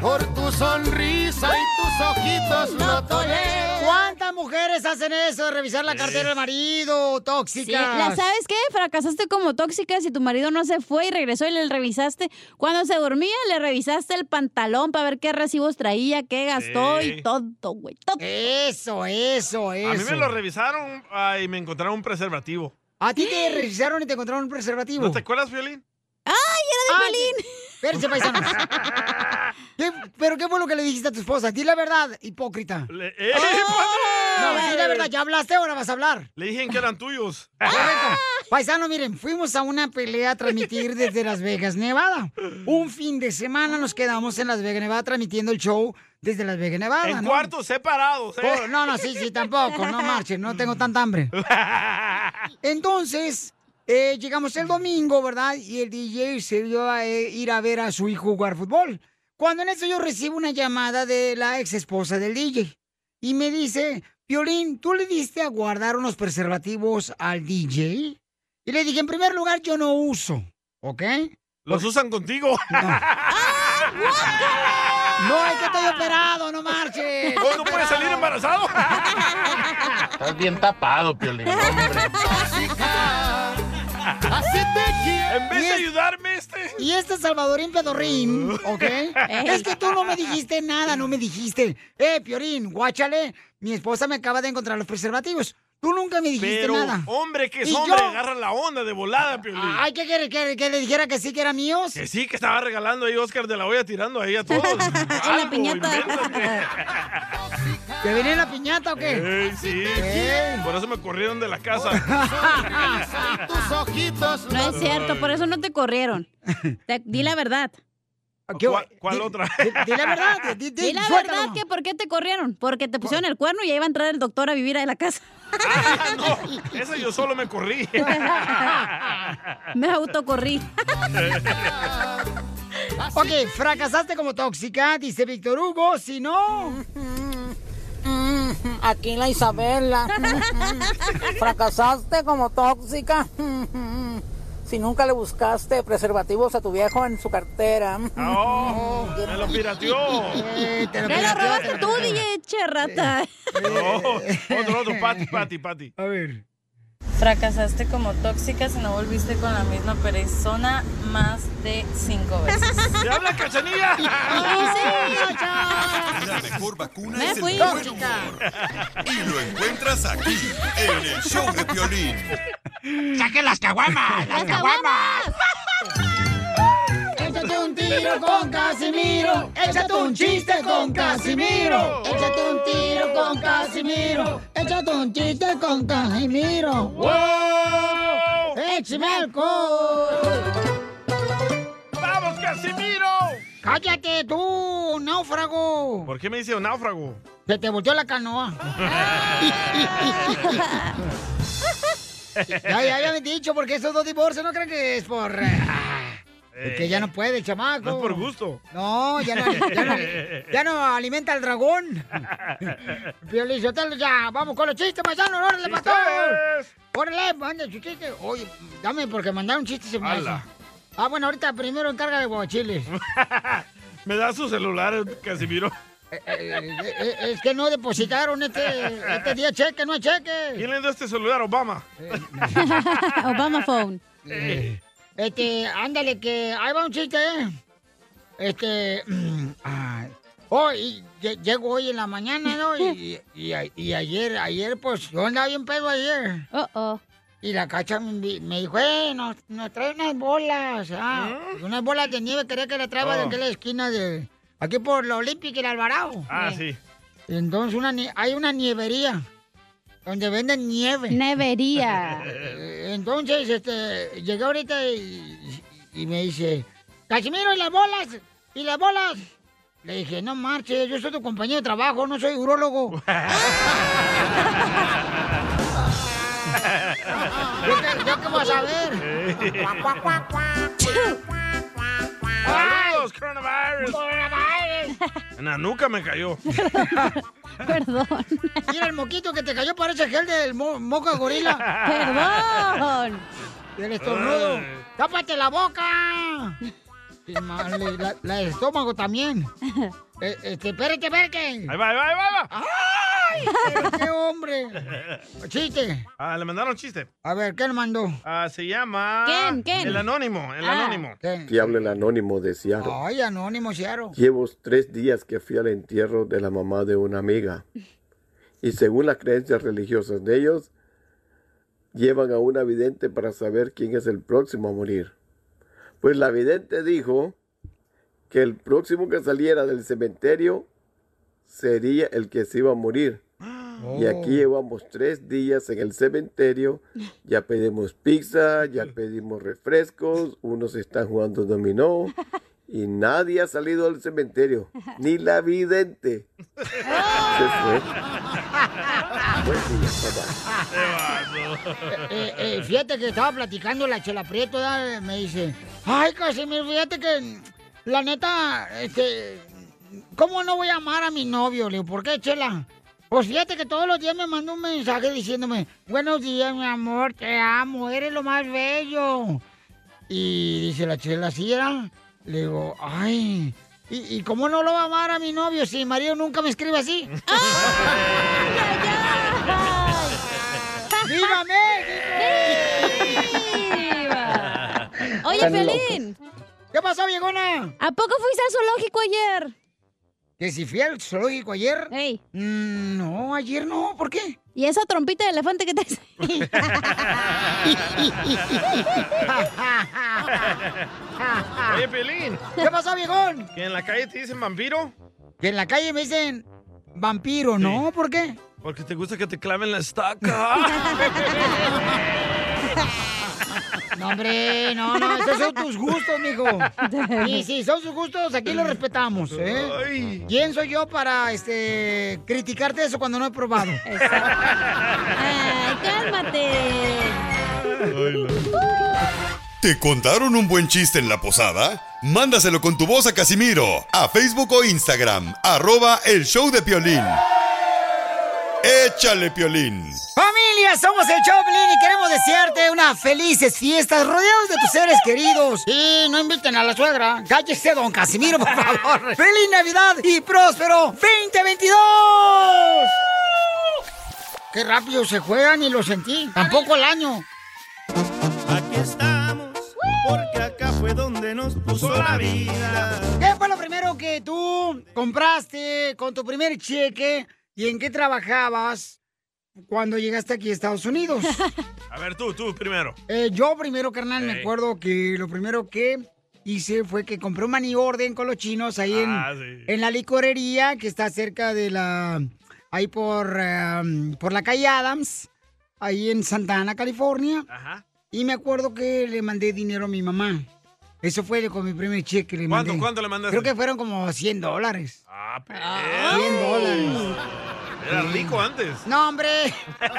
Speaker 18: Por tu sonrisa y tus ojitos no
Speaker 2: ¿eh?
Speaker 18: tolero.
Speaker 2: ¿Cuántas mujeres hacen eso de revisar la cartera del marido?
Speaker 5: Sí,
Speaker 2: Tóxicas.
Speaker 5: ¿la sabes qué? Fracasaste como tóxica si tu marido no se fue y regresó y le revisaste. Cuando se dormía, le revisaste el pantalón para ver qué recibos traía, qué gastó
Speaker 4: Sí.
Speaker 5: y todo, güey. todo.
Speaker 2: Eso, eso, eso.
Speaker 4: A mí me lo revisaron ah, y me encontraron un preservativo.
Speaker 2: ¿A ti te revisaron y te encontraron un preservativo?
Speaker 4: ¿No te acuerdas, Violín?
Speaker 2: ¡Ay, era de Pelín! Espérense, paisanos. ¿Qué- ¿Pero qué fue lo que le dijiste a tu esposa? Di la verdad, hipócrita.
Speaker 4: ¡Eh,
Speaker 2: No,
Speaker 4: padre!
Speaker 2: di la verdad, ¿ya hablaste ahora vas a hablar?
Speaker 4: Le dije que eran tuyos.
Speaker 2: Correcto. Paisano, miren, fuimos a una pelea a transmitir desde Las Vegas, Nevada. Un fin de semana nos quedamos en Las Vegas, Nevada, transmitiendo el show desde Las Vegas, Nevada.
Speaker 4: en
Speaker 2: Ah, ¿no?
Speaker 4: cuartos separados, ¿eh?
Speaker 2: Oh, no, no, sí, sí, tampoco, no marchen, no tengo tanta hambre. Entonces, eh, llegamos el domingo, ¿verdad? Y el DJ se dio a eh, ir a ver a su hijo jugar fútbol. Cuando en eso yo recibo una llamada de la ex esposa del DJ y me dice, Violín, ¿tú le diste a guardar unos preservativos al DJ? Y le dije, en primer lugar, yo no uso, ¿ok?
Speaker 4: Los usan contigo.
Speaker 2: No, es que estoy operado, no marches.
Speaker 4: ¿No puedes salir embarazado?
Speaker 18: Estás bien tapado, Piolín.
Speaker 2: Así te En vez de ayudarme, este. Y este salvadorín pedorrín, ¿ok? es que tú no me dijiste nada, no me dijiste. Eh, Piorín, guáchale. Mi esposa me acaba de encontrar los preservativos. Tú nunca me dijiste
Speaker 4: Pero,
Speaker 2: nada.
Speaker 4: hombre que es
Speaker 2: Y
Speaker 4: hombre,
Speaker 2: yo-
Speaker 4: agarra la onda de volada, Piolín.
Speaker 2: Ay, ¿qué quiere? ¿Que, que le dijera que sí que eran míos?
Speaker 4: Que sí, que estaba regalando ahí Oscar de la olla tirando ahí a todos. en la
Speaker 2: ¿Que venía en la piñata o qué?
Speaker 4: sí.
Speaker 2: Ey.
Speaker 4: Por eso me corrieron de la casa.
Speaker 18: Tus ojitos
Speaker 5: No es cierto, por eso no te corrieron. Te- di la verdad.
Speaker 4: ¿Cuál, cuál otra?
Speaker 2: Di la verdad. Di,
Speaker 5: la
Speaker 2: suéltalo.
Speaker 5: verdad que por qué te corrieron. Porque te pusieron el cuerno y ahí iba a entrar el doctor a vivir a la casa.
Speaker 4: Ah, no, esa yo solo me corrí.
Speaker 5: Me autocorrí.
Speaker 2: Ok, fracasaste como tóxica, dice Víctor Hugo, si no...
Speaker 20: Mm, Aquí la Isabela. Fracasaste como tóxica. Si nunca le buscaste preservativos a tu viejo en su cartera.
Speaker 4: No, me lo pirateó.
Speaker 2: te
Speaker 5: lo Te lo pirateó, robaste te lo tú, pirateó. DJ, che rata.
Speaker 4: No, otro, otro, Pati, Pati, Pati.
Speaker 2: A ver.
Speaker 21: Fracasaste como tóxica si no volviste con la misma persona más de cinco veces.
Speaker 4: ¡Se habla cachanilla!
Speaker 8: La mejor vacuna
Speaker 21: Me
Speaker 8: es el
Speaker 21: fui,
Speaker 8: buen
Speaker 21: chica.
Speaker 8: humor. Y lo encuentras aquí, en el show de Piolín.
Speaker 12: ¡Saquen las caguamas! ¡Las caguamas!
Speaker 2: Échate un tiro con Casimiro. Échate un chiste con Casimiro. Échate un tiro con Casimiro. Échate un chiste con Casimiro. ¡Wow! ¡Échame alcohol!
Speaker 4: ¡Vamos, Casimiro!
Speaker 2: ¡Cállate tú, náufrago!
Speaker 4: ¿Por qué me dice un náufrago?
Speaker 2: Se te volteó la canoa. ya, ya habían dicho, porque esos dos divorcios no creen que es por... ah, Porque ya no puede, chamaco.
Speaker 4: No es por gusto.
Speaker 2: No, ya no, ya no, ya no alimenta al dragón. Piolín, Sotelo, ya, vamos con los chistes, paisanos, órale,
Speaker 12: ¡Chistes!
Speaker 2: pastor. Órale, manda su chiste. Oye, dame, porque mandaron chistes se me hace.
Speaker 4: Ala.
Speaker 2: Ah, bueno, ahorita primero encarga de guachiles.
Speaker 4: Me da su celular, Casimiro.
Speaker 2: Eh, es que no depositaron este, este día cheque, no hay cheque. Eh,
Speaker 4: ¿Quién le dio este celular? Obama.
Speaker 5: Obama phone.
Speaker 4: Eh,
Speaker 2: Este, ándale, que ahí va un chiste, ¿eh? Este, ah, oh, y lle- llego hoy en la mañana, ¿no? Y, y a- y ayer, ayer, pues, yo andaba bien pedo ayer.
Speaker 5: Oh, oh.
Speaker 2: Y la cacha me, invi- me dijo, eh, nos, nos trae unas bolas, ah, unas bolas de nieve, quería que la traiga de
Speaker 4: ¿Eh? Oh.
Speaker 2: aquella esquina de, aquí por la Olímpica y el Alvarado.
Speaker 4: Ah, sí.
Speaker 2: Entonces una nie- hay una nievería donde venden nieve.
Speaker 5: Nevería.
Speaker 2: Eh, Entonces, este, llegué ahorita y, y me dice, Casimiro, ¿y las bolas? ¿Y las bolas? Le dije, no marches, yo soy tu compañero de trabajo, no soy urólogo. ¿Yo qué, yo qué voy a saber? Cuac, cuac, cuac, cuac.
Speaker 4: ¡Saludos, coronavirus! En la nuca me cayó.
Speaker 5: Perdón.
Speaker 2: Mira el moquito que te cayó, parece gel del mo moco de gorila.
Speaker 5: Perdón.
Speaker 2: Del estornudo.
Speaker 5: Ay.
Speaker 2: ¡Tápate la boca! Qué mal, eh, la, la del estómago también. Eh, este, espérate, espérate. Ahí
Speaker 4: va, ahí va, ahí va.
Speaker 2: ¡Ay! pero qué hombre! Chiste.
Speaker 4: Ah, le mandaron chiste.
Speaker 2: A ver, ¿qué le mandó?
Speaker 4: Ah, se llama.
Speaker 2: ¿Quién? ¿Quién?
Speaker 4: El anónimo, el
Speaker 2: Ah.
Speaker 4: anónimo.
Speaker 22: Que habla el anónimo de Seattle.
Speaker 2: Ay, anónimo, Ciaro.
Speaker 22: Llevo tres días que fui al entierro de la mamá de una amiga. Y según las creencias religiosas de ellos, llevan a una vidente para saber quién es el próximo a morir. Pues la vidente dijo que el próximo que saliera del cementerio sería el que se iba a morir. Y aquí llevamos tres días en el cementerio. Ya pedimos pizza, ya pedimos refrescos, unos están jugando dominó y nadie ha salido del cementerio, ni la vidente. Se fue. Buen día, papá.
Speaker 2: Eh, eh, fíjate que estaba platicando la Chela Prieto, ¿verdad? me dice, ay, Casimir, fíjate que la neta, este, ¿cómo no voy a amar a mi novio? Le digo, ¿por qué, Chela? Pues fíjate que todos los días me manda un mensaje diciéndome, buenos días, mi amor, te amo, eres lo más bello. Y dice la Chela, ¿sí era? Le digo, ay, ¿y, y cómo no lo va a amar a mi novio si Mario nunca me escribe así? ¡Viva
Speaker 5: ¡Viva! Oye,
Speaker 2: Están
Speaker 5: Felín.
Speaker 2: ¿Qué pasó, viejona?
Speaker 5: ¿A poco fuiste al zoológico ayer?
Speaker 2: ¿Que si fui al zoológico ayer? Mm, no, ayer no, ¿por qué?
Speaker 5: ¿Y esa trompita de elefante que te
Speaker 4: Oye, Pelín.
Speaker 2: ¿Qué pasó, viejón?
Speaker 4: ¿Que en la calle te dicen vampiro?
Speaker 2: Que en la calle me dicen vampiro, ¿no? ¿Por qué?
Speaker 4: Porque te gusta que te claven la estaca.
Speaker 2: No, hombre, no, no, esos son tus gustos, mijo. Y si son sus gustos, aquí los respetamos, ¿eh? ¿Quién soy yo para, este, criticarte eso cuando no he probado?
Speaker 5: ¡Ay, cálmate!
Speaker 8: ¿Te contaron un buen chiste en la posada? Mándaselo con tu voz a Casimiro, a Facebook o Instagram, arroba el show de Piolín. Échale, Piolín.
Speaker 2: Familia, somos el Choplin y queremos desearte unas felices fiestas rodeados de tus seres queridos. Y no inviten a la suegra. Cállese, don Casimiro, por favor. ¡Feliz Navidad y próspero 2022! Qué rápido se juegan y lo sentí. Tampoco el año.
Speaker 18: Aquí estamos, porque acá fue donde nos puso la vida.
Speaker 2: ¿Qué fue lo primero que tú compraste con tu primer cheque y en qué trabajabas cuando llegaste aquí a Estados Unidos?
Speaker 4: A ver, tú, tú primero.
Speaker 2: Eh, yo primero, carnal, me
Speaker 4: Ey.
Speaker 2: acuerdo que lo primero que hice fue que compré un mani orden con los chinos ahí en,
Speaker 4: Ah, sí.
Speaker 2: en la licorería que está cerca de la... ahí por, eh, por la calle Adams, ahí en Santa Ana, California.
Speaker 4: Ajá.
Speaker 2: Y me acuerdo que le mandé dinero a mi mamá. Eso fue con mi primer cheque. Le
Speaker 4: ¿Cuánto-
Speaker 2: mandé.
Speaker 4: cuánto le mandaste?
Speaker 2: Creo que fueron como 100 dólares.
Speaker 4: Ah, pero.
Speaker 2: 100 dólares.
Speaker 4: Era rico ¿eh? antes.
Speaker 2: No, hombre.
Speaker 5: Pero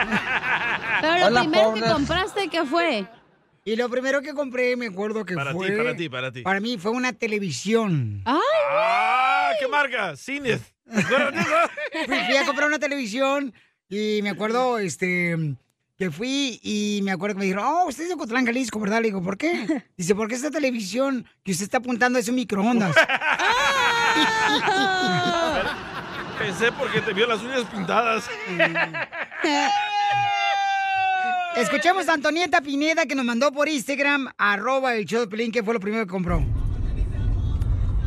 Speaker 5: lo
Speaker 2: Hola,
Speaker 5: primero que
Speaker 2: pobres.
Speaker 5: compraste, ¿qué fue?
Speaker 2: Y lo primero que compré, me acuerdo que
Speaker 4: Para ti,
Speaker 2: fue...
Speaker 4: para ti, para ti.
Speaker 2: Para mí fue una televisión.
Speaker 4: ¡Ah! ¿Qué marca? Cines.
Speaker 2: Fui, fui a comprar una televisión y me acuerdo, este, que fui y me acuerdo que me dijeron, oh, usted es de Cotlán, Jalisco, ¿verdad? Le digo, ¿por qué? Dice, porque esta televisión que usted está apuntando es un microondas.
Speaker 4: Pensé porque te vio las uñas pintadas.
Speaker 2: Mm. Escuchemos a Antonieta Pineda que nos mandó por Instagram, arroba el show de Pelín, que fue lo primero que compró.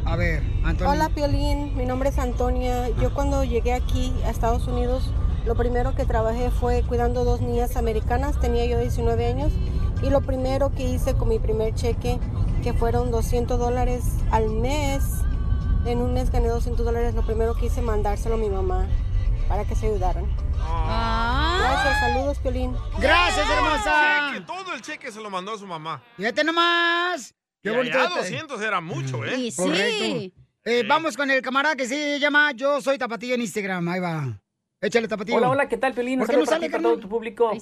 Speaker 2: A ver, Antonio.
Speaker 23: Hola Piolín, mi nombre es Antonia. Yo cuando llegué aquí a Estados Unidos, lo primero que trabajé fue cuidando dos niñas americanas, tenía yo 19 años, y lo primero que hice con mi primer cheque, que fueron 200 dólares al mes, en un mes gané 200 dólares, lo primero que hice mandárselo a mi mamá para que se ayudaran. Gracias, saludos Piolín.
Speaker 4: Cheque, todo el cheque se lo mandó a su mamá.
Speaker 2: Fíjate nomás.
Speaker 4: Qué
Speaker 2: Qué bonito.
Speaker 4: allá 200 era mucho, ¿eh?
Speaker 2: Correcto. Eh, Vamos con el camarada que se llama Yo Soy Tapatillo en Instagram. Ahí va. Échale tapatillo.
Speaker 24: Hola, hola, ¿qué tal, Pelín?
Speaker 2: ¿Por qué
Speaker 24: Saludos para
Speaker 2: no sale,
Speaker 24: ti, para todo
Speaker 2: carnal?
Speaker 24: tu público.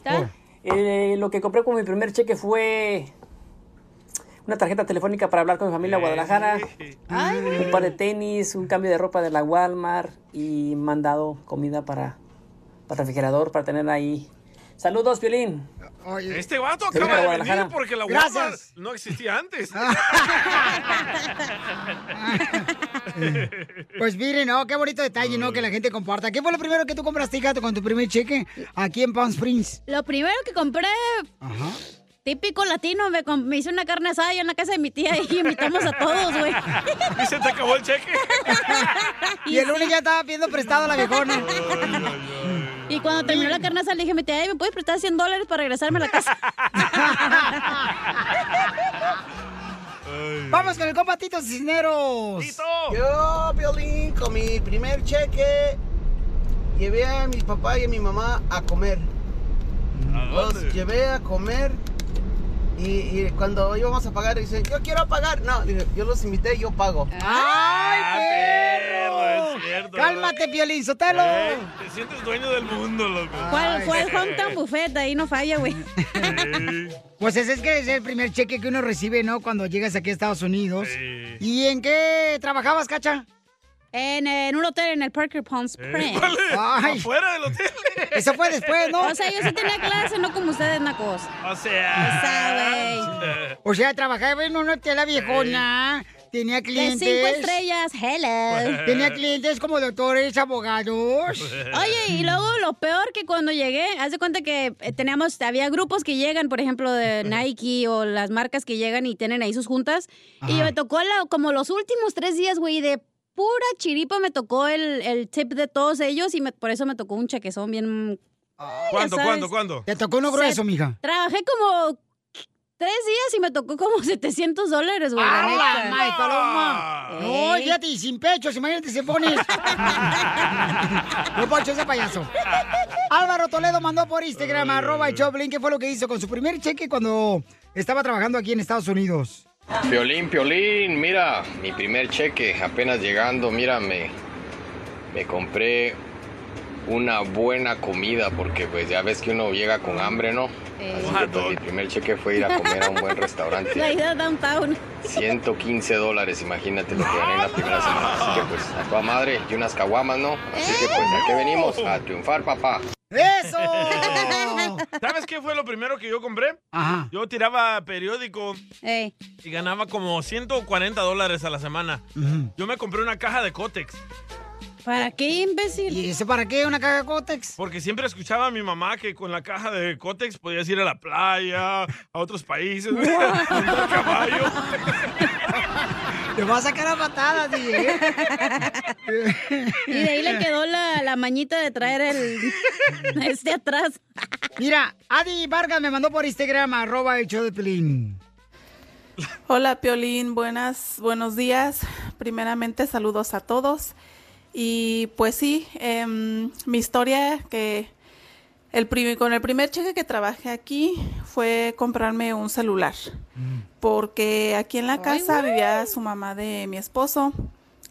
Speaker 24: Eh, lo que compré con mi primer cheque fue una tarjeta telefónica para hablar con mi familia a Guadalajara, un par de tenis, un cambio de ropa de la Walmart y mandado comida para, para refrigerador para tener ahí. Saludos, Pelín.
Speaker 4: Este vato
Speaker 24: Sí,
Speaker 4: acaba de
Speaker 24: Guadalajara.
Speaker 4: venir porque la
Speaker 24: Gracias.
Speaker 4: guapa no existía antes.
Speaker 2: Pues miren, no, qué bonito detalle, ¿no? Que la gente comparta. ¿Qué fue lo primero que tú compraste, gato, con tu primer cheque aquí en Palm Springs?
Speaker 5: Lo primero que compré,
Speaker 2: Ajá.
Speaker 5: típico latino, me, com- me hice una carne asada allá en la casa de mi tía y invitamos a todos, güey.
Speaker 4: ¿Y se te acabó el cheque?
Speaker 2: Y, el lunes ya estaba pidiendo prestado a la viejona.
Speaker 5: Y cuando terminó la carne asada le dije a mi tía, "Ay, ¿me puedes prestar 100 dólares para regresarme a la casa?
Speaker 2: Vamos con el compa Tito Cisneros.
Speaker 25: Yo, Piolín, con mi primer cheque, llevé a mi papá y a mi mamá a comer.
Speaker 12: Pues,
Speaker 25: Los llevé a comer y, y cuando íbamos a pagar, dice, yo quiero pagar. No, dije, yo los invité, yo pago.
Speaker 2: ¡Ay,
Speaker 4: Ah, Perro, es cierto.
Speaker 2: Cálmate, Piolín Sotelo.
Speaker 4: Ey, te sientes dueño del mundo, loco.
Speaker 5: ¿Cuál fue el Hometown Buffet? Ahí no falla, güey.
Speaker 2: Pues ese es que es el primer cheque que uno recibe, ¿no? Cuando llegas aquí a Estados Unidos. ¿Y en qué trabajabas, Cacha?
Speaker 5: En, en un hotel en el Parker Palm
Speaker 12: Eh.
Speaker 5: Springs.
Speaker 2: ¿Cuál es? Ay.
Speaker 4: Afuera del hotel.
Speaker 2: Eso fue después, ¿no?
Speaker 5: O sea, yo sí tenía clase, no como ustedes, nacos.
Speaker 4: O sea.
Speaker 2: O sea, trabajaba en un hotel la viejona. Tenía clientes.
Speaker 5: cinco estrellas,
Speaker 4: Pues,
Speaker 5: hello.
Speaker 2: Tenía clientes como doctores, abogados.
Speaker 5: Oye, y luego lo peor que cuando llegué, haz de cuenta que eh, teníamos, había grupos que llegan, por ejemplo, de Nike o las marcas que llegan y tienen ahí sus juntas. Y
Speaker 26: Ajá.
Speaker 5: me tocó la- como los últimos tres días, güey, de pura chiripa me tocó el, el tip de todos ellos y me- por eso me tocó un chaquezón bien... ya
Speaker 4: ¿Cuándo,
Speaker 5: sabes.
Speaker 4: cuándo, cuándo?
Speaker 2: Te tocó uno grueso,
Speaker 5: Se-
Speaker 2: mija.
Speaker 5: Trabajé como tres días y me tocó como 700 dólares, güey. la
Speaker 2: ¡A la
Speaker 5: neta.
Speaker 4: Ah.
Speaker 5: Eh,
Speaker 2: madre, paloma! Ah. No,
Speaker 5: Ey.
Speaker 2: fíjate, y sin pechos, imagínate, se pones. No poncho ese payaso. Álvaro Toledo mandó por Instagram, arroba el Choplin, ¿qué fue lo que hizo con su primer cheque cuando estaba trabajando aquí en Estados Unidos?
Speaker 7: Piolín, Piolín, mira, mi primer cheque apenas llegando, mira, me, me compré una buena comida porque pues ya ves que uno llega con hambre, ¿no? Así que pues, mi primer cheque fue ir a comer a un buen
Speaker 5: eh, La
Speaker 7: restaurante.
Speaker 5: ida downtown.
Speaker 7: 115 dólares, imagínate lo que gané en la primera semana. Así que pues a toda madre y unas caguamas, ¿no? Así que pues ¿a qué venimos? A triunfar, papá.
Speaker 2: ¡Eso!
Speaker 4: ¿Sabes qué fue lo primero que yo compré?
Speaker 2: Ajá.
Speaker 4: Yo tiraba periódico y ganaba como 140 dólares a la semana. Yo me compré una caja de cótex.
Speaker 5: ¿Para qué, imbécil?
Speaker 2: ¿Y eso para qué? ¿Una caja de cótex?
Speaker 4: Porque siempre escuchaba a mi mamá que con la caja de cótex podías ir a la playa, a otros países. andar a caballo.
Speaker 2: Te va a sacar a patadas, DJ.
Speaker 5: Y de ahí le quedó la, la mañita de traer el este atrás.
Speaker 2: Mira, Adi Vargas me mandó por Instagram, arroba el show de Pelín.
Speaker 26: Hola Piolín, buenas, buenos días. Primeramente saludos a todos. Y pues sí, em, mi historia que el prim- con el primer cheque que trabajé aquí fue comprarme un celular.
Speaker 2: Mm.
Speaker 26: Porque aquí en la casa vivía su mamá de mi esposo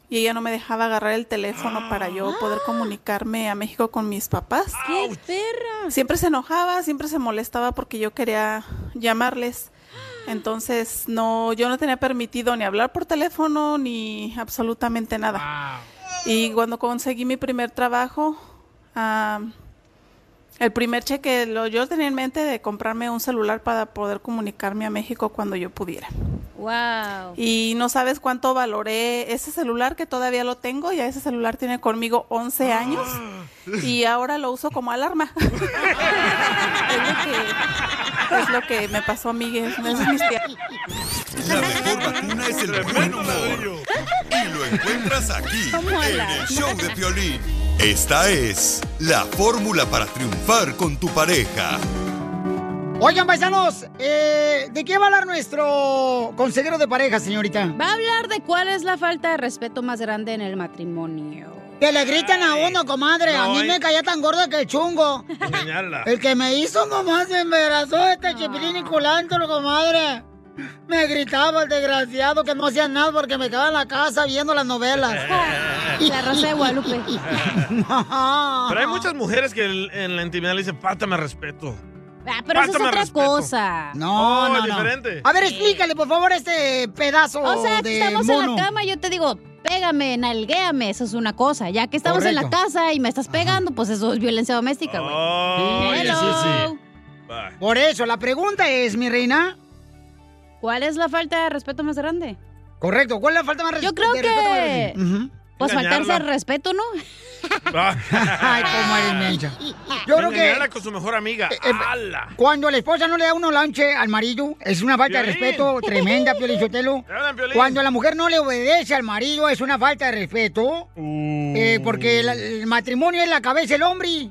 Speaker 26: y ella no me dejaba agarrar el teléfono para yo poder comunicarme a México con mis papás.
Speaker 5: Ah. ¡Qué perra!
Speaker 26: Siempre se enojaba, siempre se molestaba porque yo quería llamarles. Entonces, no, yo no tenía permitido ni hablar por teléfono ni absolutamente nada. Y cuando conseguí mi primer trabajo, ah, el primer cheque, lo, yo tenía en mente de comprarme un celular para poder comunicarme a México cuando yo pudiera.
Speaker 5: ¡Wow!
Speaker 26: Y no sabes cuánto valoré ese celular que todavía lo tengo. Ya ese celular tiene conmigo 11 años y ahora lo uso como alarma. es, lo que, es lo que me pasó a mí. es- es mi historia.
Speaker 8: La mejor vacuna es el buen humor. Y lo encuentras aquí, ¿Cómo en la- el show de Piolín. Esta es la fórmula para triunfar con tu pareja.
Speaker 2: Oigan, paisanos, eh, ¿de qué va a hablar nuestro consejero de pareja, señorita?
Speaker 5: Va a hablar de cuál es la falta de respeto más grande en el matrimonio.
Speaker 2: Te le gritan a uno, comadre. a
Speaker 5: No,
Speaker 2: mí
Speaker 5: eh.
Speaker 2: me caía tan gorda que el chungo.
Speaker 4: Engañarla.
Speaker 2: El que me hizo nomás me embarazó
Speaker 5: Ah.
Speaker 2: este chipilín y culantro, comadre. Me gritaba el desgraciado que no hacía nada porque me quedaba en la casa viendo las novelas.
Speaker 5: La Rosa de Guadalupe. Ah, pues,
Speaker 4: Pero hay muchas mujeres que el- en la intimidad le dicen, pátame respeto.
Speaker 5: Ah, pero eso es
Speaker 4: Pátame
Speaker 5: otra
Speaker 4: respeto.
Speaker 5: cosa.
Speaker 2: No,
Speaker 4: Oh,
Speaker 2: no, no.
Speaker 4: diferente.
Speaker 2: A ver, explícale, por favor, este pedazo
Speaker 5: O sea, que
Speaker 2: de
Speaker 5: estamos
Speaker 2: mono.
Speaker 5: en la cama y yo te digo, pégame, nalguéame, eso es una cosa. Ya que estamos en la
Speaker 2: Correcto. Oh,
Speaker 5: casa y me estás pegando, pues eso es violencia doméstica, güey.
Speaker 4: Ay,
Speaker 5: Hello.
Speaker 4: eso sí. Bye. pregunta.
Speaker 2: Por eso, la pregunta es, mi reina.
Speaker 5: ¿Cuál es la falta de respeto más grande?
Speaker 2: Correcto, ¿cuál es la falta más res-
Speaker 5: Yo creo
Speaker 2: de respeto más
Speaker 5: que-
Speaker 2: grande? Ujú.
Speaker 5: Pues faltarse al respeto, ¿no?
Speaker 2: Ay, cómo eres mensa. Yo creo
Speaker 4: Engañarla
Speaker 2: que
Speaker 4: con su mejor amiga.
Speaker 2: eh,
Speaker 4: ¡Hala!
Speaker 2: cuando la esposa no le da uno lonche al marido, es una falta de
Speaker 4: Piolín.
Speaker 2: respeto tremenda, Piolín Sotelo.
Speaker 4: ¿Te hablan, Piolín?
Speaker 2: Cuando la mujer no le obedece al marido, es una falta de respeto.
Speaker 4: Uh.
Speaker 2: eh, porque la- el matrimonio es la cabeza del hombre.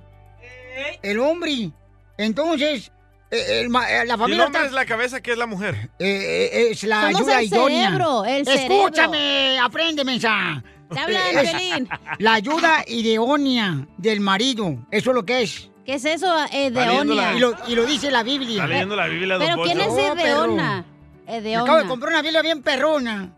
Speaker 2: El hombre. Entonces, eh, el ma- eh, la
Speaker 4: Y el
Speaker 2: familia
Speaker 4: hombre
Speaker 2: está-
Speaker 4: es la cabeza que es la mujer.
Speaker 2: Eh, eh, es la
Speaker 4: Somos
Speaker 2: ayuda
Speaker 4: el
Speaker 2: idónea.
Speaker 4: cerebro, el
Speaker 2: Escúchame, aprende, mensa.
Speaker 5: Te hablan,
Speaker 2: Eh, es-
Speaker 5: Piolín.
Speaker 2: La ayuda idónea del marido. Eso es lo que es.
Speaker 5: ¿Qué es eso, eh,
Speaker 2: Edeonia?
Speaker 5: Edeonia?
Speaker 2: Y lo, y lo dice la Biblia.
Speaker 4: Está leyendo la Biblia, don
Speaker 5: Pero ¿quién es
Speaker 4: Poncho.
Speaker 5: Edeona?
Speaker 2: Me acabo de
Speaker 5: Edeona.
Speaker 2: comprar una Biblia bien perrona.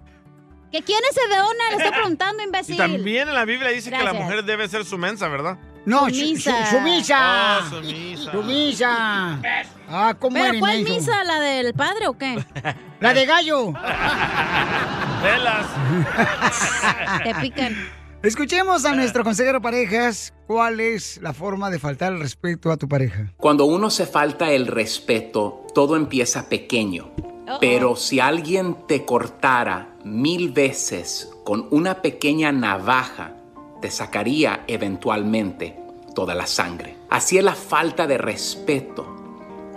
Speaker 5: ¿Que quién es Edeona? Le estoy preguntando,
Speaker 4: Y
Speaker 5: imbécil.
Speaker 4: también en la Biblia dice que la
Speaker 5: Gracias.
Speaker 4: mujer debe ser su mensa, ¿verdad?
Speaker 2: No, su-
Speaker 5: Sumisa.
Speaker 2: su- sumisa.
Speaker 4: Oh, sumisa.
Speaker 2: Sumisa. Ah, ¿cómo
Speaker 5: ¿Pero
Speaker 2: eres,
Speaker 5: cuál
Speaker 2: menso?
Speaker 5: misa? ¿La del padre o qué?
Speaker 2: La de gallo.
Speaker 4: Velas.
Speaker 5: Te pican.
Speaker 2: Escuchemos a nuestro consejero parejas cuál es la forma de faltar el respeto a tu pareja.
Speaker 27: Cuando uno se falta el respeto, todo empieza pequeño. Pero si alguien te cortara mil veces con una pequeña navaja, te sacaría eventualmente toda la sangre. Así es la falta de respeto.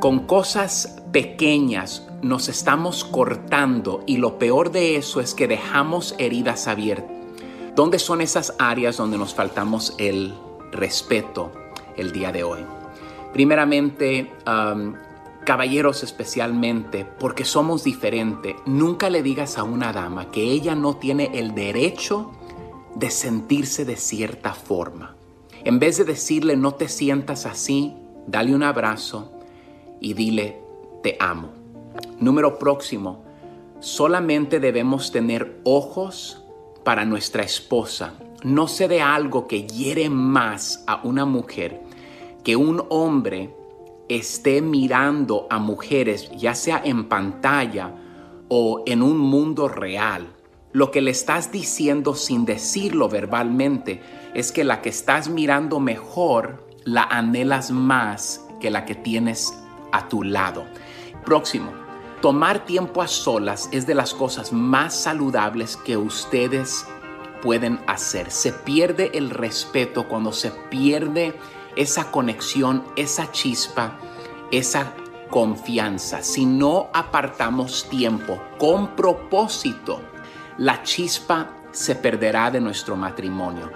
Speaker 27: Con cosas pequeñas nos estamos cortando y lo peor de eso es que dejamos heridas abiertas. ¿Dónde son esas áreas donde nos faltamos el respeto el día de hoy? Primeramente, um, caballeros especialmente, porque somos diferentes, nunca le digas a una dama que ella no tiene el derecho de sentirse de cierta forma. En vez de decirle no te sientas así, dale un abrazo y dile te amo. Número próximo, solamente debemos tener ojos para nuestra esposa. No se dé algo que hiere más a una mujer que un hombre esté mirando a mujeres, ya sea en pantalla o en un mundo real. Lo que le estás diciendo sin decirlo verbalmente es que la que estás mirando mejor la anhelas más que la que tienes a tu lado. Próximo, tomar tiempo a solas es de las cosas más saludables que ustedes pueden hacer. Se pierde el respeto cuando se pierde esa conexión, esa chispa, esa confianza. Si no apartamos tiempo con propósito, la chispa se perderá de nuestro matrimonio.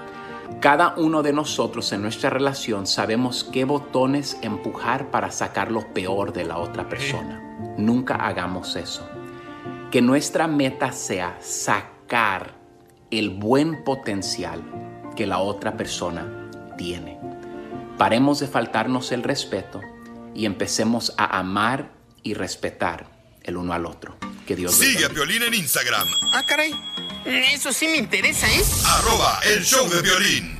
Speaker 27: Cada uno de nosotros en nuestra relación sabemos qué botones empujar para sacar lo peor de la otra persona. Nunca hagamos eso. Que nuestra meta sea sacar el buen potencial que la otra persona tiene. Paremos de faltarnos el respeto y empecemos a amar y respetar el uno al otro. Que Dios los
Speaker 8: Sigue a Piolín en Instagram,
Speaker 20: Ah, caray. Eso sí me interesa, ¿eh?
Speaker 8: arroba el show de violín.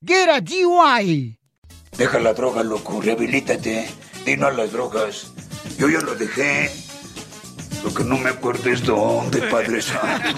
Speaker 2: Get a DUI.
Speaker 28: Deja la droga, loco, rehabilítate. Dino a las drogas. Yo ya lo dejé. Lo que no me acuerdo es dónde, Padre Santo.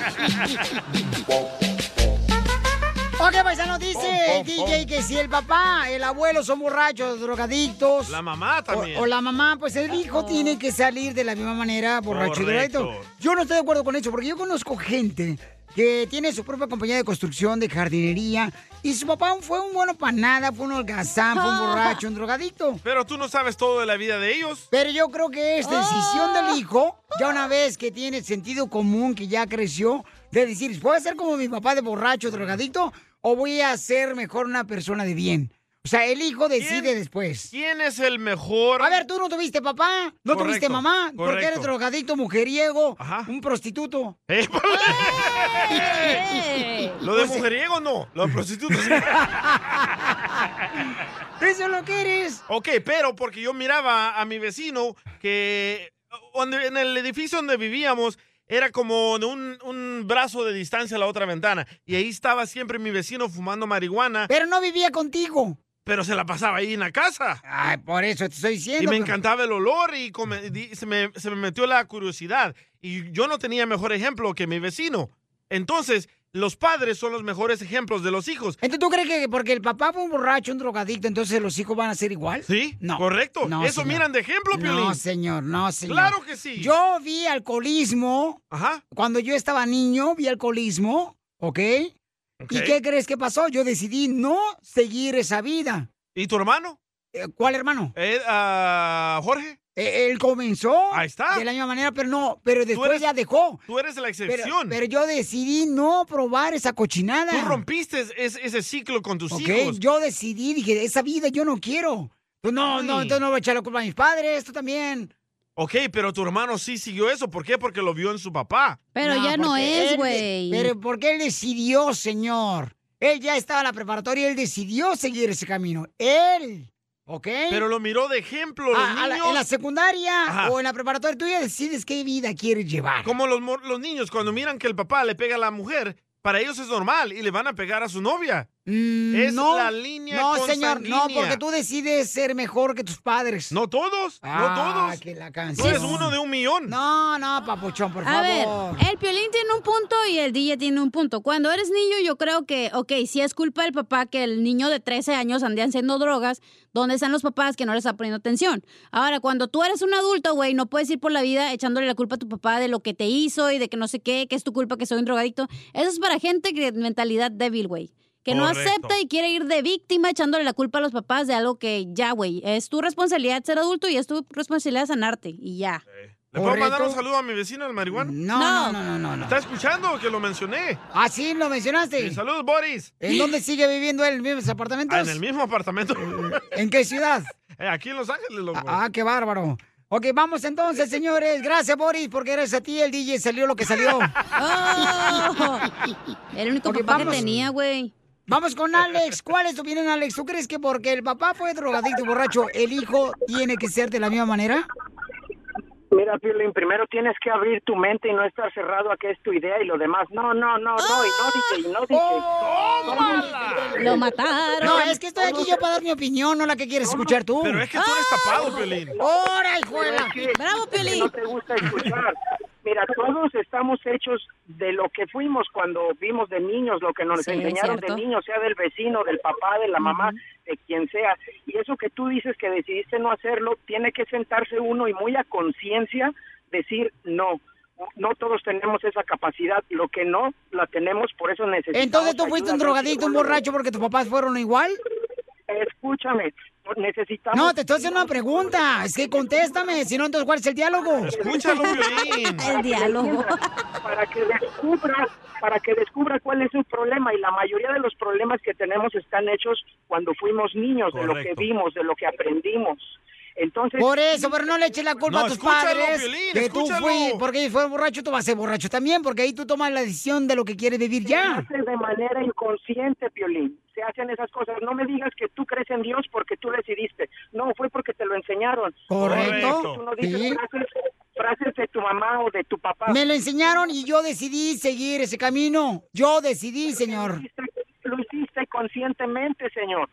Speaker 2: Ok, paisano, dice el DJ que si el papá, el abuelo son borrachos, drogadictos.
Speaker 4: La mamá también.
Speaker 2: O, o la mamá, pues el hijo tiene que salir de la misma manera borracho y
Speaker 4: Correcto.
Speaker 2: drogadicto. Yo no estoy de acuerdo con eso, porque yo conozco gente que tiene su propia compañía de construcción, de jardinería, y su papá fue un bueno para nada, fue un holgazán, fue un borracho, un drogadicto.
Speaker 4: Ah. Pero tú no sabes todo de la vida de ellos. Ah.
Speaker 2: Pero yo creo que es decisión del hijo, ya una vez que tiene sentido común, que ya creció, de decir, ¿voy a ser como mi papá de borracho, drogadicto? ¿O voy a ser mejor una persona de bien? O sea, el hijo decide después.
Speaker 4: ¿Quién es el mejor?
Speaker 2: A ver, tú no tuviste papá, no
Speaker 4: Correcto,
Speaker 2: tuviste mamá, porque
Speaker 4: correcto. ¡Eh!
Speaker 2: eres drogadicto, mujeriego, un prostituto. Pues
Speaker 4: Lo de mujeriego no, lo de prostitutas.
Speaker 2: Eso es lo que eres.
Speaker 4: Ok, pero porque yo miraba a mi vecino que donde- en el edificio donde vivíamos era como de un, un brazo de distancia a la otra ventana. Y ahí estaba siempre mi vecino fumando marihuana.
Speaker 2: Pero no vivía contigo.
Speaker 4: Pero se la pasaba ahí en la casa.
Speaker 2: Ay, por eso te estoy diciendo. pues,
Speaker 4: Y me
Speaker 2: pero-
Speaker 4: encantaba el olor y come- di- se, me, se me metió la curiosidad. Y yo no tenía mejor ejemplo que mi vecino. Entonces, los padres son los mejores ejemplos de los hijos.
Speaker 2: Entonces, ¿tú crees que porque el papá fue un borracho, un drogadicto, entonces los hijos van a ser igual?
Speaker 4: Sí,
Speaker 2: no.
Speaker 4: correcto.
Speaker 2: No,
Speaker 4: Eso
Speaker 2: señor.
Speaker 4: miran de ejemplo, Piolín.
Speaker 2: No, señor, no, señor.
Speaker 4: Claro que sí.
Speaker 2: Yo vi alcoholismo.
Speaker 4: Ajá.
Speaker 2: Cuando yo estaba niño, vi alcoholismo, ¿ok? ¿Y qué crees que pasó? Yo decidí no seguir esa vida.
Speaker 4: ¿Y tu hermano?
Speaker 2: ¿Cuál hermano? E-,
Speaker 4: Eh, ah, Jorge.
Speaker 2: él comenzó.
Speaker 4: Ahí está.
Speaker 2: De la misma manera, pero no, pero después
Speaker 4: eres-
Speaker 2: ya dejó.
Speaker 4: Tú eres
Speaker 2: Pero-
Speaker 4: la excepción.
Speaker 2: Pero, yo decidí no probar esa cochinada.
Speaker 4: Tú rompiste es- ese ciclo con tus
Speaker 2: Ok,
Speaker 4: hijos.
Speaker 2: yo decidí, dije, esa vida yo no quiero. Tú no, no,
Speaker 4: Ay.
Speaker 2: entonces no voy a echar la culpa a mis padres, tú también.
Speaker 4: Ok, pero tu hermano sí siguió eso. ¿Por qué? Porque lo vio en su papá.
Speaker 2: porque él de- Pero porque él decidió, señor. Él ya estaba en la preparatoria, él decidió seguir ese camino. Él, ¿ok?
Speaker 4: Pero lo miró de ejemplo. los
Speaker 2: Ah, a la-
Speaker 4: niños-
Speaker 2: en la secundaria
Speaker 4: Ajá.
Speaker 2: o en la preparatoria, tú ya decides qué vida quieres llevar.
Speaker 4: Como los, mor- los niños cuando miran que el papá le pega a la mujer, para ellos es normal y le van a pegar a su novia. es
Speaker 2: Mm, no,
Speaker 4: la línea
Speaker 2: No, señor, no,
Speaker 4: consanguínea.
Speaker 2: porque tú decides ser mejor que tus padres. Ah,
Speaker 4: No todos, no todos.
Speaker 2: que la
Speaker 4: Tú
Speaker 2: canción.
Speaker 4: eres uno de un millón.
Speaker 2: No, no, papuchón, por
Speaker 5: A ver,
Speaker 2: favor.
Speaker 5: el piolín tiene un punto y el DJ tiene un punto. Cuando eres niño, yo creo que, ok, si es culpa del papá que el niño de 13 años ande haciendo drogas, ¿dónde están los papás que no les están poniendo atención? Ahora, cuando tú eres un adulto, güey, no puedes ir por la vida echándole la culpa a tu papá de lo que te hizo y de que no sé qué, que es tu culpa que soy un drogadicto. Eso es para gente que mentalidad débil, güey. Que no
Speaker 29: Correcto.
Speaker 5: acepta y quiere ir de víctima echándole la culpa a los papás de algo que ya, güey, es tu responsabilidad ser adulto y es tu responsabilidad sanarte y ya.
Speaker 4: ¿Le puedo mandar un
Speaker 5: Correcto.
Speaker 4: saludo a mi vecino, el marihuano?
Speaker 2: No, no, no, no, no, no.
Speaker 4: ¿Está escuchando que lo mencioné?
Speaker 2: Ah, sí, lo mencionaste.
Speaker 4: Sí, saludos, Boris.
Speaker 2: ¿En dónde sigue viviendo él? ¿En los mismos apartamentos?
Speaker 4: Ah, en el mismo apartamento.
Speaker 2: ¿En qué ciudad?
Speaker 4: Eh, Aquí en Los Ángeles, loco.
Speaker 2: Ah, qué bárbaro. Ok, vamos entonces, señores. Gracias, Boris, porque gracias a ti el DJ salió lo que salió. Oh.
Speaker 5: el único
Speaker 2: papá que tenía,
Speaker 5: güey.
Speaker 2: Vamos con Alex. ¿Cuál es tu opinión, Alex? ¿Tú crees que porque el papá fue drogadicto y borracho, el hijo tiene que ser de la misma manera?
Speaker 23: Mira, Pirlin, primero tienes que abrir tu mente y no estar cerrado a que es tu idea y lo demás. No, no, no, no,
Speaker 12: ¡Ah!
Speaker 23: y no dije, y no dije.
Speaker 5: Lo mataron.
Speaker 2: No, es que estoy aquí yo para dar mi opinión, no la que quieres escuchar tú. Ah.
Speaker 4: Pero es que tú eres tapado, Piolín.
Speaker 2: ¡Hora, Oh. hijo de la-
Speaker 5: ¡Bravo,
Speaker 23: Piolín! No te gusta escuchar. Mira, todos estamos hechos de lo que fuimos cuando vimos de niños, lo que nos
Speaker 12: Sí,
Speaker 23: enseñaron de
Speaker 12: cierto.
Speaker 23: niños, sea del vecino, del papá, de la mamá, de quien sea. Y eso que tú dices que decidiste no hacerlo, tiene que sentarse uno y muy a conciencia decir no. No todos tenemos esa capacidad, lo que no la tenemos, por eso necesitamos.
Speaker 2: Entonces tú fuiste
Speaker 23: ayuda
Speaker 2: un
Speaker 23: de
Speaker 2: drogadicto, un
Speaker 23: psicólogo.
Speaker 2: borracho, porque tus papás fueron igual.
Speaker 23: Escúchame, necesitamos.
Speaker 2: No, te estoy haciendo una pregunta. Es que contéstame, si no, entonces, ¿cuál es el diálogo?
Speaker 23: Escúchalo, Piolín. El diálogo. para que descubra para que descubra cuál es su problema y la mayoría de los problemas que tenemos están hechos cuando fuimos niños de lo que
Speaker 2: Correcto.
Speaker 23: vimos de lo que aprendimos entonces
Speaker 2: Por eso, pero no le eches la culpa
Speaker 23: No,
Speaker 2: a tus
Speaker 23: escúchalo,
Speaker 2: padres.
Speaker 23: Piolín,
Speaker 2: que tú
Speaker 23: escúchalo.
Speaker 2: fui, porque fue borracho, tú vas a ser borracho también, porque ahí tú tomas la decisión de lo que quieres vivir ya.
Speaker 23: hace de manera inconsciente Piolín se hacen esas cosas no me digas que tú crees en Dios porque tú decidiste no fue porque te lo enseñaron
Speaker 2: Correcto.
Speaker 23: Tú no dices
Speaker 2: Sí.
Speaker 23: frases, frases de tu mamá o de tu papá
Speaker 2: Me lo enseñaron y yo decidí seguir ese camino. Yo decidí, señor.
Speaker 23: lo hiciste conscientemente, este señor.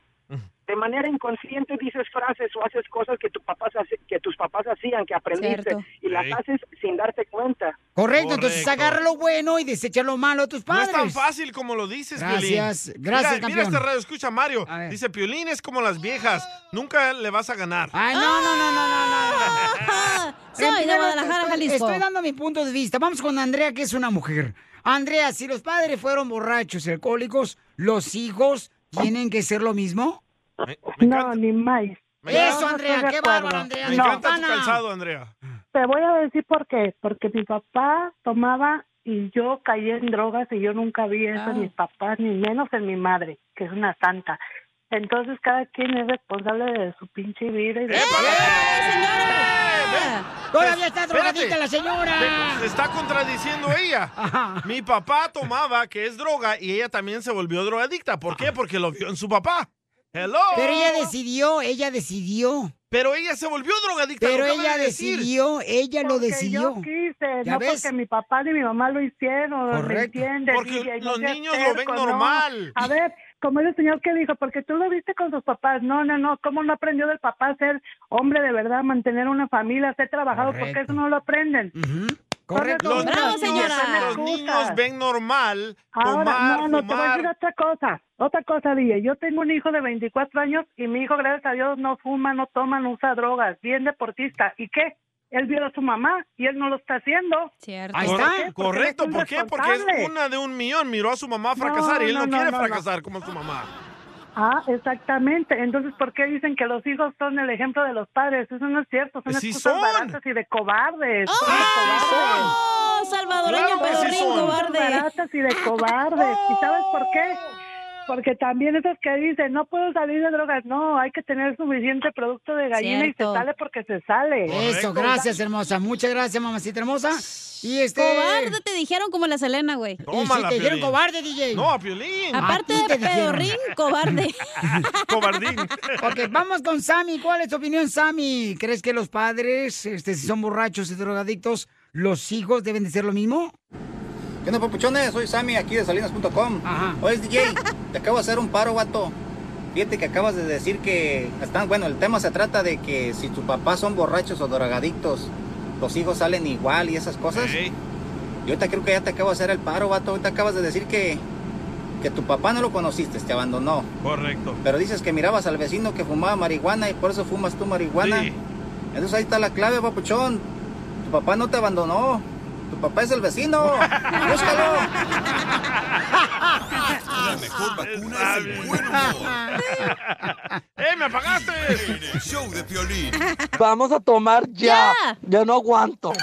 Speaker 23: De manera inconsciente dices frases o haces cosas que, tu papás hace- que tus papás hacían, que aprendiste,
Speaker 2: Cierto.
Speaker 23: y las
Speaker 2: Sí.
Speaker 23: haces sin darte cuenta.
Speaker 2: Correcto, entonces
Speaker 4: Correcto.
Speaker 2: agarra lo bueno y desecha lo malo a tus
Speaker 4: No
Speaker 2: padres.
Speaker 4: es tan fácil como lo dices,
Speaker 2: Gracias,
Speaker 4: Piolín.
Speaker 2: gracias,
Speaker 4: mira, mira
Speaker 2: campeón.
Speaker 4: este radio, escucha Mario. Dice, Piolín es como las viejas, nunca le vas a ganar.
Speaker 2: Ay, no, no, no, no, no,
Speaker 5: no.
Speaker 2: En
Speaker 5: Soy de
Speaker 2: primera,
Speaker 5: Guadalajara,
Speaker 2: estoy-
Speaker 5: Jalisco.
Speaker 2: Estoy dando mi punto de vista. Vamos con Andrea, que es una mujer. Andrea, si los padres fueron borrachos y alcohólicos, ¿los hijos tienen que ser lo mismo?
Speaker 30: No, ni más.
Speaker 2: Eso,
Speaker 30: Yo no
Speaker 2: Andrea,
Speaker 30: estoy de
Speaker 2: qué
Speaker 30: acuerdo.
Speaker 2: bárbaro,
Speaker 30: No,
Speaker 2: Andrea.
Speaker 4: Me encanta tu calzado, Andrea.
Speaker 30: te voy a decir por qué. Porque mi papá tomaba y yo caí en drogas y yo nunca vi eso en mis papás, ni menos en mi madre, que es una santa. Entonces cada quien es responsable de su pinche vida. Y de...
Speaker 2: Ah. Todavía está
Speaker 4: Espérate.
Speaker 2: drogadita la señora.
Speaker 4: Se, se está contradiciendo ella. Mi papá tomaba, que es droga, y ella también se volvió drogadicta. ¿Por qué? Porque lo vio en su papá. Hello.
Speaker 2: Pero ella decidió, ella decidió.
Speaker 4: Pero ella se volvió drogadicta.
Speaker 2: Pero
Speaker 4: lo acaba
Speaker 2: ella
Speaker 4: de decir.
Speaker 2: decidió, ella lo
Speaker 30: Porque
Speaker 2: decidió.
Speaker 30: Yo quise,
Speaker 2: ¿Ya
Speaker 30: no
Speaker 2: ves?
Speaker 30: porque mi papá ni mi mamá lo hicieron, ¿me
Speaker 2: Correcto.
Speaker 30: entiendes?
Speaker 4: Porque
Speaker 30: DJ? No
Speaker 4: los
Speaker 30: seas
Speaker 4: niños lo ven
Speaker 30: terco, no.
Speaker 4: normal.
Speaker 30: A ver, como el señor que dijo, porque tú lo viste con tus papás. No, no, no, ¿cómo no aprendió del papá a ser hombre de verdad, mantener una familia, ser trabajado? Porque eso no lo aprenden. Correcto.
Speaker 4: Los, niños, los niños ven normal
Speaker 30: Ahora,
Speaker 4: tomar,
Speaker 30: no, no, te voy a
Speaker 4: fumar.
Speaker 30: decir otra cosa. Otra cosa, DJ. Yo tengo un hijo de 24 años y mi hijo, gracias a Dios, no fuma, no toma, no usa drogas. Bien deportista. ¿Y qué? Él vio a su mamá y él no lo está haciendo.
Speaker 2: Cierto.
Speaker 4: Ahí
Speaker 30: ¿Por
Speaker 4: está.
Speaker 30: qué? ¿eh? Porque
Speaker 4: Correcto.
Speaker 30: él es
Speaker 4: ¿Por qué? Porque es
Speaker 30: irresponsable.
Speaker 4: una de un millón. Miró a su mamá fracasar y él
Speaker 30: No,
Speaker 4: no,
Speaker 30: no,
Speaker 4: quiere
Speaker 30: no, no,
Speaker 4: fracasar como su mamá.
Speaker 30: Ah, exactamente. Entonces, ¿por qué dicen que los hijos son el ejemplo de los padres? Eso no es cierto. Son
Speaker 4: Sí
Speaker 30: excusas
Speaker 4: son.
Speaker 30: baratas y de cobardes. Son de
Speaker 5: ¡Oh, salvadoreño, pero bien cobarde!
Speaker 30: baratas y de cobardes. ¿Y sabes por qué?
Speaker 5: Oh.
Speaker 30: Porque también esos que dicen, no puedo salir de drogas. No, hay que tener suficiente producto de gallina y
Speaker 2: Cierto.
Speaker 30: se sale porque se sale.
Speaker 2: Eso, gracias, hermosa. Muchas gracias, mamacita hermosa. Y este.
Speaker 5: Cobarde, te dijeron como la Selena, güey.
Speaker 2: Y si te dijeron cobarde, DJ.
Speaker 4: No, a Piolín.
Speaker 5: Aparte
Speaker 2: A ti
Speaker 5: de
Speaker 2: te dijeron.
Speaker 5: pedorrín, cobarde.
Speaker 4: Cobardín.
Speaker 2: Ok, vamos con Sammy. ¿Cuál es tu opinión, Sammy? ¿Crees que los padres, este, si son borrachos y drogadictos, los hijos deben de ser lo mismo?
Speaker 13: ¿Qué onda, papuchones? Soy Sammy aquí de salinas.com. Oye, DJ, te acabo de hacer un paro, vato. Fíjate que acabas de decir que están, bueno, el tema se trata de que si tus papás son borrachos o drogadictos, los hijos salen igual y esas cosas. Yo te creo que ya te acabo de hacer el paro, vato. Ahorita acabas de decir que, que tu papá no lo conociste, te abandonó.
Speaker 4: Correcto.
Speaker 13: Pero dices que mirabas al vecino que fumaba marihuana y por eso fumas tú marihuana. Entonces ahí está la clave, papuchón. Tu papá no te abandonó. Tu papá es el vecino. Búscalo.
Speaker 8: La mejor vacuna es el buen humor.
Speaker 4: ¡Eh, me apagaste!
Speaker 8: En el show de Piolín.
Speaker 15: Vamos a tomar ya. Ya no aguanto.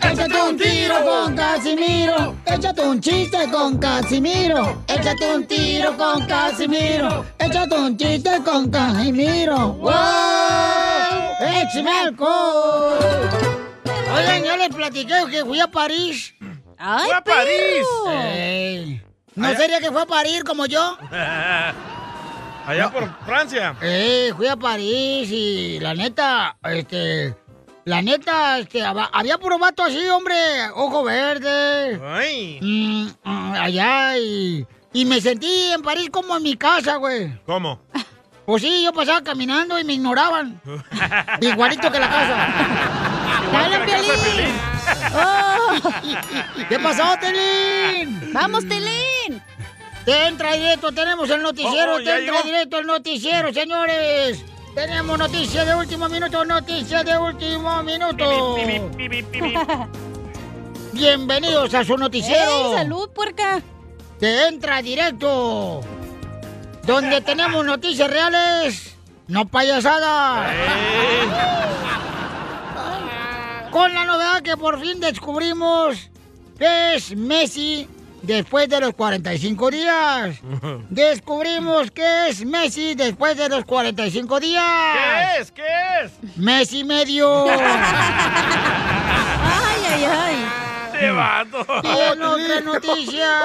Speaker 2: Échate un tiro con Casimiro. Échate un chiste con Casimiro. Échate un tiro con Casimiro. Échate un chiste con Casimiro. ¡Wow! ¡Échame alcohol! Oigan, yo les platiqué que fui a París.
Speaker 5: ¡Ay,
Speaker 2: ¡Fue
Speaker 12: a París!
Speaker 2: Ey. ¿No
Speaker 4: Allá-
Speaker 2: sería que fue a París como yo?
Speaker 4: Allá por Francia.
Speaker 2: Eh, fui a París y la neta, este. La neta, este, haba- había puro vato así, hombre, ojo verde. Mm, mm, allá y. Y me sentí en París como en mi casa, güey.
Speaker 4: ¿Cómo?
Speaker 2: Pues sí, yo pasaba caminando y me ignoraban. Igualito que la casa.
Speaker 5: Dale,
Speaker 2: ¡Dale, Piolín! Oh. ¿Qué pasó, Telín?
Speaker 5: ¡Vamos, Telín!
Speaker 2: Te entra directo, tenemos el noticiero,
Speaker 5: Oh, oh,
Speaker 2: te
Speaker 5: ¿ya
Speaker 2: entra
Speaker 5: llegó?
Speaker 2: directo el noticiero, señores. Tenemos noticia de último minuto, noticia de último minuto. Bienvenidos a su noticiero.
Speaker 5: ¡Ey, salud, puerca!
Speaker 2: Te entra directo. Donde tenemos noticias reales, no payasadas. Con la novedad que por fin descubrimos que es Messi después de los 45 días. Descubrimos que es Messi después de los 45 días.
Speaker 4: ¿Qué es? ¿Qué es?
Speaker 2: Messi medio.
Speaker 5: ¡Ay, ay, ay!
Speaker 4: ¡Te este vato!
Speaker 2: En otras noticias,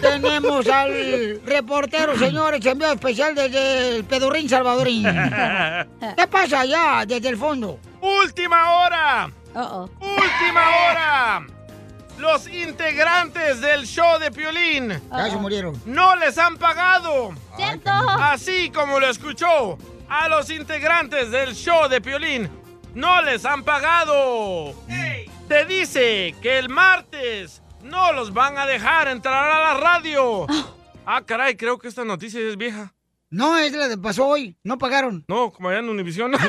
Speaker 2: tenemos al reportero, señores, enviado especial desde el Pedurrín Salvadorín. ¿Qué pasa allá, desde el fondo?
Speaker 4: ¡Última hora! ¡Última
Speaker 2: Eh.
Speaker 4: hora! Los integrantes del show de Piolín
Speaker 2: Ya se murieron.
Speaker 4: no les han pagado. ¡Cierto! Así como lo escuchó, a los integrantes del show de Piolín no les han pagado. Te dice que el martes no los van a dejar entrar a la radio. Ah, caray, creo que esta noticia es vieja.
Speaker 2: No, es la que pasó hoy. No pagaron.
Speaker 4: No, como allá en Univisión.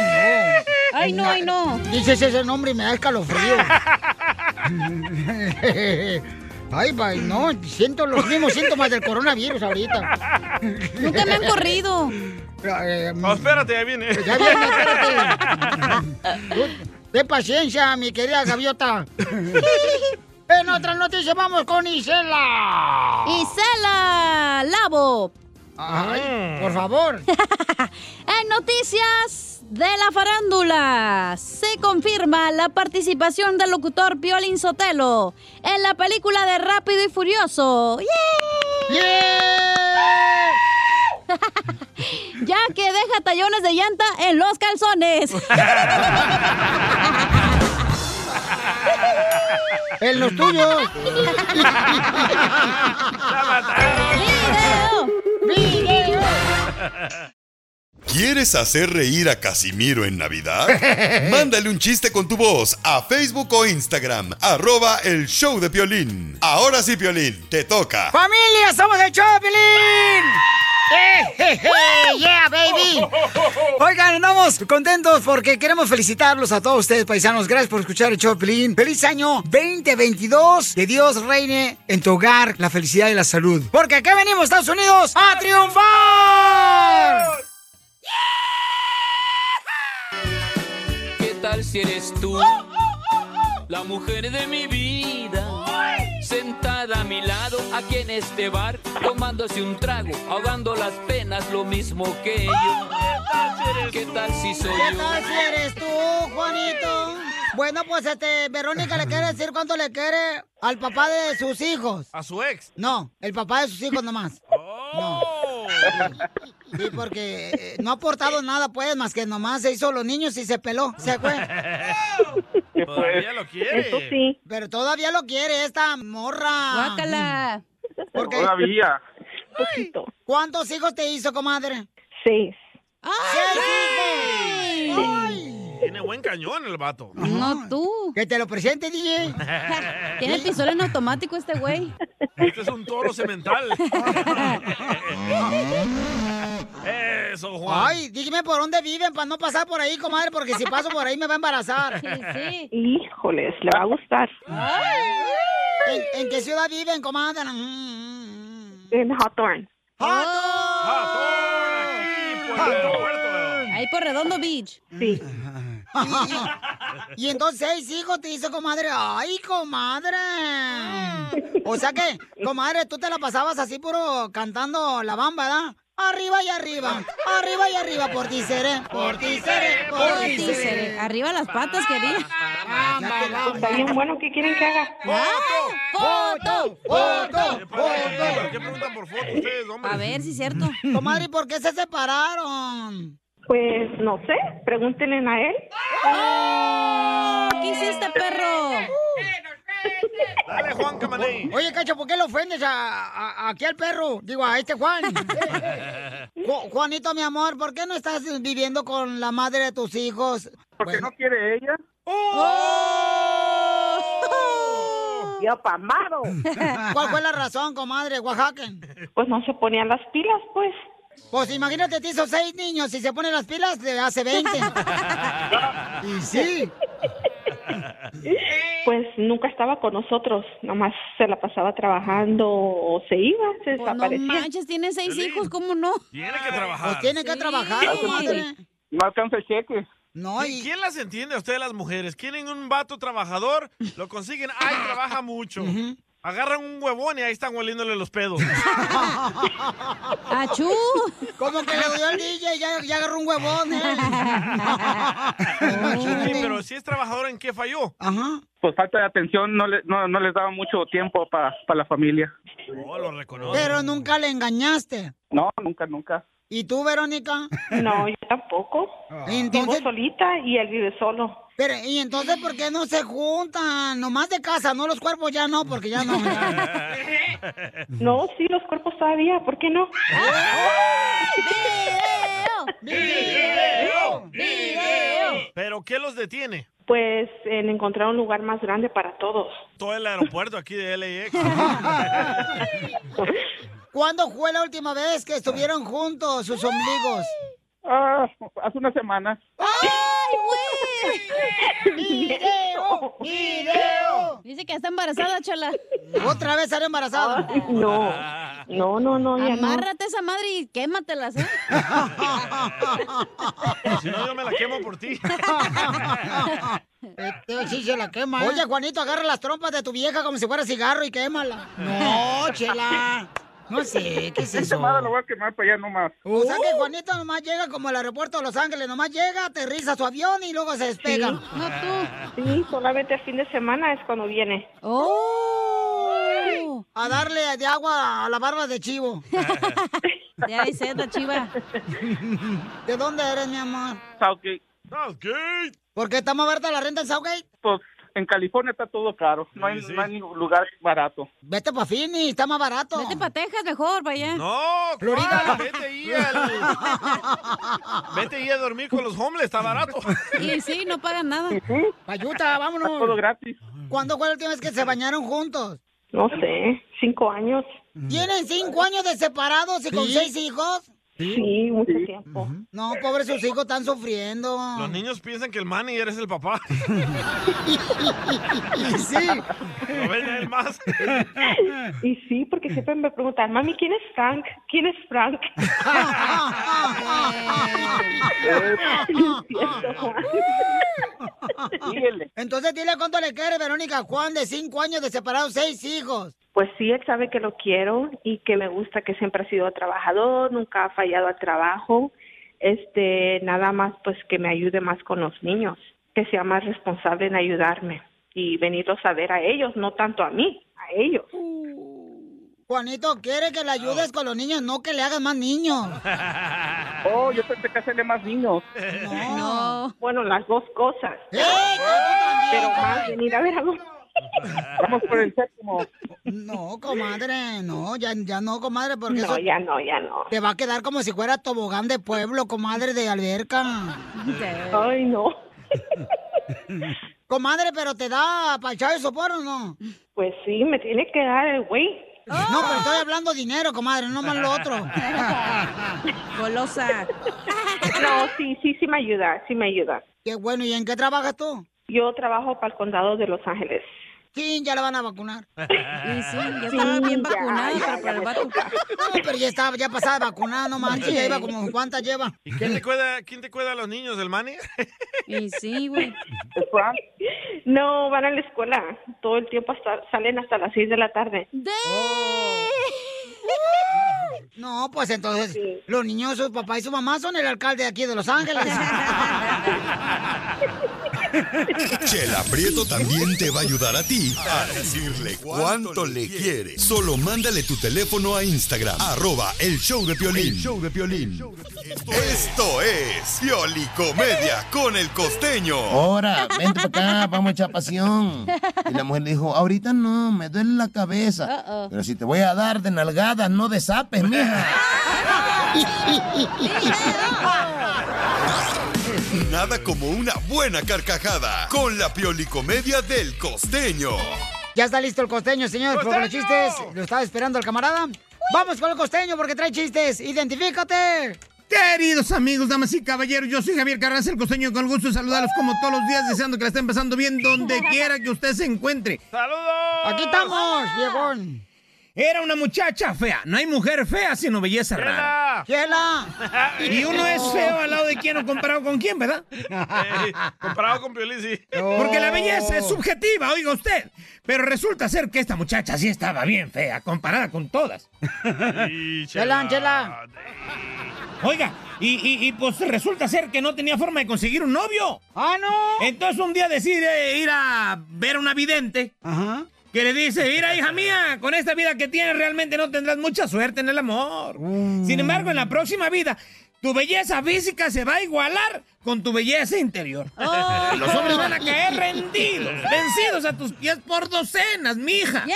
Speaker 2: ¡Ay, no! ¡Ay, no, ay, no! Dices ese nombre y me da escalofrío. Ay, ay, no, siento los mismos síntomas del coronavirus ahorita.
Speaker 5: Nunca me han corrido.
Speaker 4: No, Oh, espérate, ya viene.
Speaker 2: Ya viene, espérate. De paciencia, mi querida gaviota. En otras noticias vamos con Isela.
Speaker 5: Isela Lavo
Speaker 2: Ay, por favor.
Speaker 5: En noticias de la farándula, se confirma la participación del locutor Piolín Sotelo en la película de Rápido y Furioso. ¡Yay! ya que deja tallones de llanta en los calzones.
Speaker 2: en los tuyos.
Speaker 8: ¿Quieres hacer reír a Casimiro en Navidad? Mándale un chiste con tu voz a Facebook o Instagram, arroba el show de Piolín. Ahora sí, Piolín, te toca.
Speaker 2: ¡Familia, somos el Choplin! ¡Yeah, baby! Oigan, andamos contentos porque queremos felicitarlos a todos ustedes, paisanos. Gracias por escuchar el Choplin. ¡Feliz año 2022! Que Dios reine en tu hogar la felicidad y la salud. Porque acá venimos, Estados Unidos, a triunfar.
Speaker 16: ¿Qué tal si eres tú? La mujer de mi vida. Sentada a mi lado, aquí en este bar, tomándose un trago, ahogando las penas, lo mismo que yo. ¿Qué tal si soy
Speaker 2: ¿Qué
Speaker 16: yo?
Speaker 2: tal si eres tú, Juanito? Bueno, pues este, Verónica le quiere decir cuánto le quiere al papá de sus hijos.
Speaker 4: ¿A su ex? ¡Oh!
Speaker 2: No, el papá de sus hijos nomás. No. Sí, porque eh, no ha aportado nada, pues, más que nomás se hizo los niños y se peló, se fue.
Speaker 4: Todavía lo quiere.
Speaker 2: Pero todavía lo quiere esta morra. Guácala.
Speaker 17: Todavía.
Speaker 2: Poquito. ¿Cuántos hijos te hizo, comadre?
Speaker 17: Seis.
Speaker 2: ¡Seis hijos! ¡Ay!
Speaker 4: Tiene buen cañón el vato.
Speaker 5: No tú.
Speaker 2: Que te lo presente, DJ.
Speaker 5: Tiene el pistola en automático este güey.
Speaker 4: Este es un toro cemental. Eso, Juan.
Speaker 2: Ay, dígame por dónde viven para no pasar por ahí, comadre, porque si paso por ahí me va a embarazar. Sí,
Speaker 17: Híjoles, le va a gustar.
Speaker 2: ¿En, en qué ciudad viven, comadre?
Speaker 17: En Hawthorne.
Speaker 2: Ah,
Speaker 5: Ahí por Redondo Beach.
Speaker 17: Sí.
Speaker 2: Y, y entonces seis hijos te hizo, comadre. ¡Ay, comadre! O sea que, comadre, tú te la pasabas así puro cantando la bamba, ¿verdad? Arriba y arriba, arriba y arriba, por ti seré, por ti seré, por ti seré.
Speaker 5: Arriba las patas, querida.
Speaker 17: Está bien bueno, ¿qué quieren que haga?
Speaker 2: ¡Foto! ¡Foto! ¡Foto!
Speaker 4: ¿Qué preguntan por fotos ustedes, hombre?
Speaker 5: A ver si es cierto.
Speaker 2: Comadre, ¿y ¿por qué se separaron?
Speaker 17: Pues no sé, pregúntenle a él.
Speaker 5: ¡Oh! ¿Qué hiciste, perro?
Speaker 4: Dale, Juan Camaney.
Speaker 2: Oye, Cacho, ¿por qué le ofendes a, a- aquí al perro? Digo, a este Juan.
Speaker 4: Eh.
Speaker 2: Ju- Juanito, mi amor, ¿por qué no estás viviendo con la madre de tus hijos?
Speaker 17: Porque no quiere ella.
Speaker 2: ¡Oh!
Speaker 17: Yo pamado.
Speaker 2: ¿Cuál fue la razón, comadre, Oaxaca?
Speaker 17: Pues no se ponían las pilas, pues.
Speaker 2: Pues imagínate, te hizo seis niños y se pone las pilas de hace 20. y sí.
Speaker 17: Pues nunca estaba con nosotros, nomás se la pasaba trabajando o se iba, se
Speaker 5: Pues no
Speaker 17: desaparecía.
Speaker 5: manches, tiene seis hijos, ¿cómo no?
Speaker 4: Tiene que trabajar.
Speaker 2: Pues tiene que trabajar, comadre.
Speaker 17: No alcanza cheque.
Speaker 2: No,
Speaker 4: ¿Y quién las entiende a ustedes las mujeres? Quieren un vato trabajador, lo consiguen, ay, trabaja mucho. Agarran un huevón y ahí están oliéndole los pedos.
Speaker 5: ¡Achú!
Speaker 2: Como que le dio el DJ y ya, ya agarró un huevón. ¿eh?
Speaker 4: Sí, pero si es trabajador, ¿en qué falló?
Speaker 2: Ajá.
Speaker 17: Pues falta de atención, no, le, no, no les daba mucho tiempo para la familia.
Speaker 4: Oh, lo reconoce.
Speaker 2: Pero nunca le engañaste.
Speaker 17: No, nunca, nunca.
Speaker 2: ¿Y tú, Verónica? Ah.
Speaker 17: No, yo tampoco.
Speaker 2: Entonces-
Speaker 17: Vivo solita y él vive solo.
Speaker 2: Pero, ¿y entonces por qué no se juntan? Nomás de casa, no los cuerpos ya no, porque ya no.
Speaker 17: No, sí, los cuerpos todavía, ¿por qué no?
Speaker 2: Ah,
Speaker 4: ¡Video! ¡Video! ¿Pero qué los detiene?
Speaker 17: Pues en encontrar un lugar más grande para todos.
Speaker 4: Todo el aeropuerto aquí de LAX.
Speaker 2: ¿Cuándo fue la última vez que estuvieron juntos sus ombligos?
Speaker 17: Ah, hace una semana.
Speaker 5: ¡Ay, güey!
Speaker 2: ¡Video! ¡Video!
Speaker 5: Dice que está embarazada, chala.
Speaker 2: ¿Otra vez salió embarazada?
Speaker 17: No, no, no, no, ya no.
Speaker 5: Amárrate esa madre y quématelas, ¿eh?
Speaker 4: Si no, yo me la quemo por ti.
Speaker 2: Este sí se la quema. Oye, Juanito, agarra las trompas de tu vieja como si fuera cigarro y quémala. No, chela. No sé, ¿qué es
Speaker 12: Esta
Speaker 2: eso?
Speaker 12: madre lo voy a quemar para allá nomás.
Speaker 2: O sea
Speaker 18: Uh.
Speaker 2: que Juanito nomás llega como el aeropuerto de Los Ángeles, nomás llega, aterriza su avión y luego se despega. No
Speaker 31: tú. Sí, solamente el fin de semana es cuando viene.
Speaker 2: ¡Oh! A darle de agua a la barba de chivo.
Speaker 32: De ahí seda, chiva.
Speaker 2: ¿De dónde eres, mi amor?
Speaker 12: Southgate,
Speaker 4: Southgate.
Speaker 2: ¿Por qué está más barata la renta en Southgate?
Speaker 12: pues en California está todo caro. No hay,
Speaker 2: Sí, sí.
Speaker 12: no hay ningún lugar barato.
Speaker 2: Vete para Phoenix, está más barato. Vete para Texas, mejor, para allá.
Speaker 4: No,
Speaker 2: Florida.
Speaker 4: ¿cuál? Vete ahí al- Vete ahí a dormir con los homeless, está barato.
Speaker 2: Y sí, no pagan nada. Payuta, vámonos.
Speaker 4: Está todo
Speaker 12: gratis.
Speaker 2: ¿Cuándo fue la última vez que se bañaron juntos?
Speaker 31: No sé, cinco años.
Speaker 2: ¿Tienen cinco años de separados y con
Speaker 31: Sí.
Speaker 2: seis hijos?
Speaker 31: Sí, mucho tiempo.
Speaker 2: No, pobres sus hijos están sufriendo.
Speaker 4: Los niños piensan que el manager es el papá.
Speaker 2: Y sí.
Speaker 4: Lo ven a él más.
Speaker 31: Y sí, porque siempre me preguntan, mami, ¿quién es Frank? ¿Quién es Frank?
Speaker 2: Entonces dile cuánto le quiere Verónica Juan de cinco años de separados, seis hijos.
Speaker 31: Pues sí, él sabe que lo quiero y que me gusta que siempre ha sido trabajador, nunca ha fallado al trabajo. Este, nada más pues que me ayude más con los niños, que sea más responsable en ayudarme y venirlos a ver a ellos, no tanto a mí, a ellos.
Speaker 2: Juanito quiere que le ayudes con los niños, no que le hagas más niños.
Speaker 12: Oh, yo pensé que hacerle más niños. Oh.
Speaker 2: No.
Speaker 31: Bueno, las dos cosas.
Speaker 12: Eh.
Speaker 2: Pero
Speaker 31: más venir a ver a los
Speaker 12: Vamos por el séptimo.
Speaker 2: No, comadre, no, ya, ya no, comadre, porque
Speaker 31: No,
Speaker 2: eso
Speaker 31: ya no, ya no.
Speaker 2: te va a quedar como si fuera tobogán de pueblo, comadre de alberca.
Speaker 31: Ay, no.
Speaker 2: Comadre, pero te da pachado de sopor o no?
Speaker 31: Pues sí, me tiene que dar el güey.
Speaker 2: No, pero estoy hablando dinero, comadre, no más lo otro.
Speaker 31: Golosa. No, sí, sí, sí me ayuda, sí me ayuda.
Speaker 2: Qué bueno, ¿y en qué trabajas tú?
Speaker 31: Yo trabajo para el condado de Los Ángeles.
Speaker 2: Sí, ya la van a vacunar.
Speaker 31: Y sí, ya
Speaker 2: estaba bien vacunada,
Speaker 31: pero por el vato.
Speaker 2: No, pero ya estaba, ya pasaba vacunada, no manches, ya iba como cuántas lleva.
Speaker 4: ¿Y quién te cuida, quién te cuida a los niños, el manager?
Speaker 31: Y sí, güey. No, van a la escuela. Todo el tiempo hasta, salen hasta las 6 de la tarde.
Speaker 2: No, pues entonces, los niños, su papá y su mamá son el alcalde de aquí de Los Ángeles.
Speaker 8: Chela Prieto también te va a ayudar a ti a decirle cuánto le quiere. Solo mándale tu teléfono a Instagram, arroba el show de Piolín. show de Piolín. Esto es Piolicomedia con el costeño.
Speaker 17: Ahora, vente para acá, vamos a echar pasión. Y la mujer le dijo, ahorita no, me duele la cabeza.
Speaker 19: Uh-oh.
Speaker 17: Pero si te voy a dar de nalgadas, no de zapes, mija.
Speaker 8: Nada como una buena carcajada con la Piolicomedia del costeño.
Speaker 2: Ya está listo el costeño, señores, por los
Speaker 8: ¡Costeño!
Speaker 2: chistes. Lo estaba esperando el camarada. Vamos con el costeño porque trae chistes. Identifícate.
Speaker 14: Queridos amigos, damas y caballeros, yo soy Javier Carranza, el costeño, con el gusto de saludarlos como todos los días, deseando que la estén pasando bien donde quiera que usted se encuentre.
Speaker 4: ¡Saludos!
Speaker 14: Aquí estamos, viejón. Era una muchacha fea. No hay mujer fea, sino belleza rara.
Speaker 2: ¡Chela!
Speaker 14: Y uno es feo al lado de quién o comparado con quién, ¿verdad?
Speaker 4: Eh, comparado con Piolín, sí.
Speaker 14: Porque la belleza es subjetiva, oiga usted. Pero resulta ser que esta muchacha sí estaba bien fea, comparada con todas.
Speaker 2: Chela, chela.
Speaker 14: Oiga, y, y- y, pues resulta ser que no tenía forma de conseguir un novio.
Speaker 2: ¡Ah, no!
Speaker 14: Entonces un día decide ir a ver a una vidente. Que le dice, mira hija mía, con esta vida que tienes realmente no tendrás mucha suerte en el amor.
Speaker 2: Mm.
Speaker 14: Sin embargo, en la próxima vida, tu belleza física se va a igualar con tu belleza interior.
Speaker 19: Oh.
Speaker 14: Los hombres van a caer rendidos, vencidos a tus pies por docenas, mija.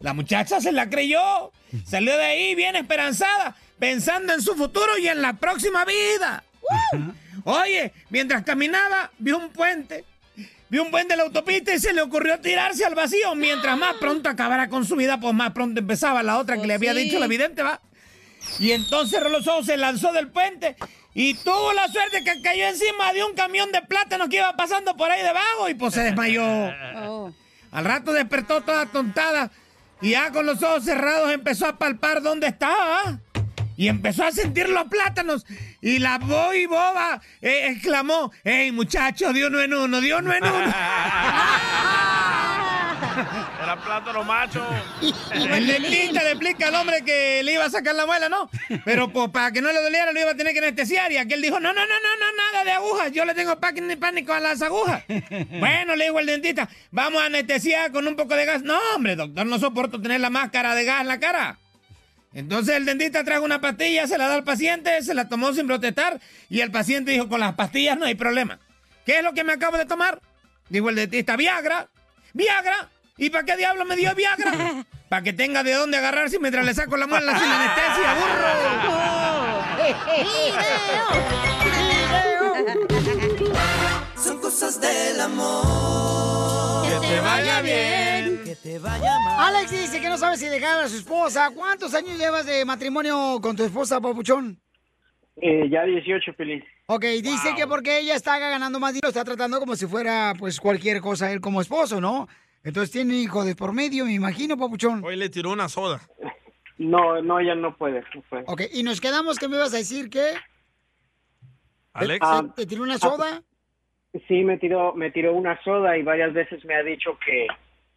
Speaker 14: La muchacha se la creyó. Salió de ahí bien esperanzada, pensando en su futuro y en la próxima vida. Oye, mientras caminaba, vio un puente. Vio un puente de la autopista y se le ocurrió tirarse al vacío. Mientras más pronto acabara con su vida, pues más pronto empezaba la otra que le había
Speaker 19: sí.
Speaker 14: dicho la vidente, va. Y entonces cerró los ojos, se lanzó del puente y tuvo la suerte que cayó encima de un camión de plátano que iba pasando por ahí debajo y pues se desmayó.
Speaker 5: ¿eh?
Speaker 14: Al rato despertó toda tontada y ya con los ojos cerrados empezó a palpar dónde estaba. ¿ah? Y empezó a sentir los plátanos. Y la boy boba eh, exclamó, ¡Ey, muchacho, Dios no en uno, Dios no en uno!
Speaker 4: Era plátano macho.
Speaker 14: El dentista le explica al hombre que le iba a sacar la muela, ¿no? Pero pues, para que no le doliera, lo iba a tener que anestesiar. Y aquel dijo, no, no, no, no, no, nada de agujas. Yo le tengo páqui- pánico a las agujas. Bueno, le dijo el dentista, vamos a anestesiar con un poco de gas. No, hombre, doctor, no soporto tener la máscara de gas en la cara. Entonces el dentista trajo una pastilla, se la da al paciente, se la tomó sin protestar y el paciente dijo, con las pastillas no hay problema. ¿Qué es lo que me acabo de tomar? Dijo el dentista, Viagra. Viagra. ¿Y para qué diablo me dio Viagra? Para que tenga de dónde agarrarse mientras le saco la muela sin anestesia, burro.
Speaker 12: Son cosas del amor. Que te vaya bien. Que te vaya mal.
Speaker 2: Alex dice que no sabe si dejar a su esposa. ¿Cuántos años llevas de matrimonio con tu esposa, Papuchón?
Speaker 23: Eh, ya 18, Pelín.
Speaker 2: Ok, dice que porque ella está ganando más dinero, está tratando como si fuera pues cualquier cosa él como esposo, ¿no? Entonces tiene hijos de por medio, me imagino, Papuchón.
Speaker 4: Hoy le tiró una soda.
Speaker 23: No, no, ella no puede. No puede.
Speaker 2: Ok, y nos quedamos que me ibas a decir que
Speaker 4: Alex.
Speaker 2: ¿Te- te tiró una soda.
Speaker 23: Ah, Sí, me tiró, me tiró una soda y varias veces me ha dicho que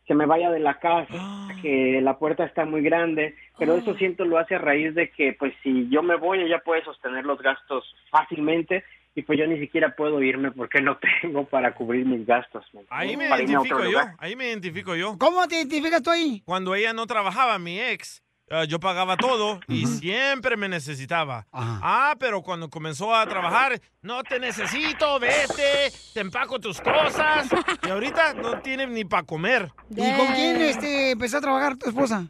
Speaker 23: se me vaya de la casa, que la puerta está muy grande, pero eso siento lo hace a raíz de que pues si yo me voy ella puede sostener los gastos fácilmente y pues yo ni siquiera puedo irme porque no tengo para cubrir mis gastos. ¿me
Speaker 4: Ahí me
Speaker 23: entiendes? Para irme a otro
Speaker 4: identifico yo,
Speaker 23: lugar.
Speaker 4: ahí me identifico yo.
Speaker 2: ¿Cómo te identificas tú ahí?
Speaker 4: Cuando ella no trabajaba, mi ex, eh, yo pagaba todo y siempre me necesitaba. Ah, pero cuando comenzó a trabajar, no te necesito, vete, te empaco tus cosas. Y ahorita no tiene ni para comer.
Speaker 2: ¿Y con quién este, empezó a trabajar tu esposa?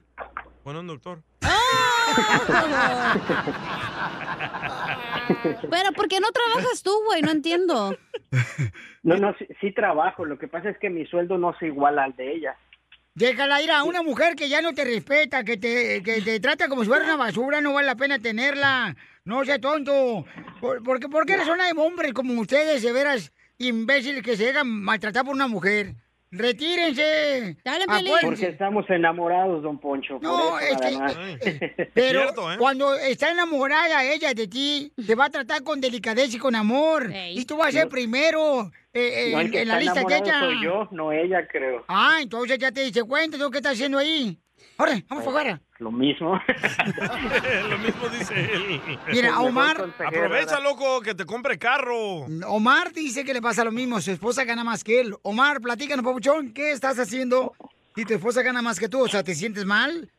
Speaker 4: Con un doctor.
Speaker 5: Pero ¿por qué no trabajas tú, güey? No entiendo.
Speaker 23: No, no, sí, sí trabajo, lo que pasa es que mi sueldo no se iguala al de ella.
Speaker 2: Déjala ir a una mujer que ya no te respeta, que te, que te trata como si fuera una basura, no vale la pena tenerla. No sea tonto. ¿Por, por, qué, por qué eres una de hombres como ustedes, de veras imbéciles que se dejan maltratar por una mujer? ¡Retírense!
Speaker 5: ¡Dale,
Speaker 23: Porque estamos enamorados, don Poncho. por
Speaker 2: No,
Speaker 23: eso,
Speaker 2: es eh,
Speaker 23: nada más.
Speaker 2: Pero
Speaker 4: ¿eh?
Speaker 2: cuando está enamorada ella de ti, te va a tratar con delicadeza y con amor. Y tú vas a ser
Speaker 23: No.
Speaker 2: primero eh, eh,
Speaker 23: No, el
Speaker 2: en,
Speaker 23: que
Speaker 2: en la
Speaker 23: está
Speaker 2: lista de ella.
Speaker 23: enamorado soy yo, no ella, creo.
Speaker 2: Ah, entonces ya te diste cuenta, ¿tú qué estás haciendo ahí? Ahora, vamos para afuera.
Speaker 23: Pues, Lo mismo.
Speaker 4: Lo mismo dice él.
Speaker 2: Mira, Omar-
Speaker 4: Aprovecha, loco, que te compre carro.
Speaker 2: Omar dice que le pasa lo mismo, su esposa gana más que él. Omar, platícanos, papuchón, ¿qué estás haciendo si tu esposa gana más que tú? O sea, ¿te sientes mal?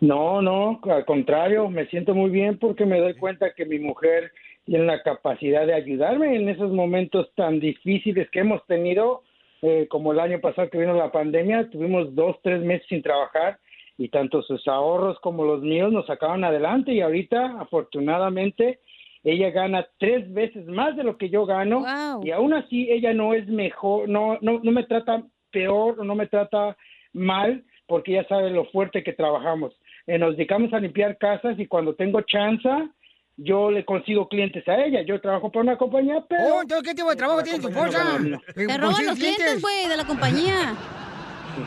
Speaker 18: No, no, al contrario, me siento muy bien porque me doy cuenta que mi mujer tiene la capacidad de ayudarme en esos momentos tan difíciles que hemos tenido, eh, como el año pasado que vino la pandemia, tuvimos dos, tres meses sin trabajar y tanto sus ahorros como los míos nos sacaban adelante y ahorita, afortunadamente, ella gana tres veces más de lo que yo gano y aún así ella no es mejor, no, no, no me trata peor o no me trata mal porque ella sabe lo fuerte que trabajamos. Eh, nos dedicamos a limpiar casas y cuando tengo chance yo le consigo clientes a ella. Yo trabajo para una compañía, pero...
Speaker 2: Oh, entonces, ¿qué tipo de trabajo tiene tu esposa?
Speaker 5: Te roban los clientes, güey, de la compañía.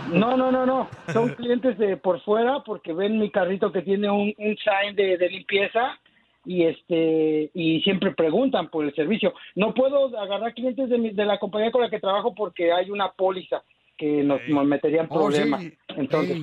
Speaker 18: No, no, no, no. Son clientes de por fuera porque ven mi carrito que tiene un, un sign de, de limpieza y este y siempre preguntan por el servicio. No puedo agarrar clientes de, mi- de la compañía con la que trabajo porque hay una póliza que nos, nos metería en
Speaker 21: Oh, sí.
Speaker 18: problemas. Entonces,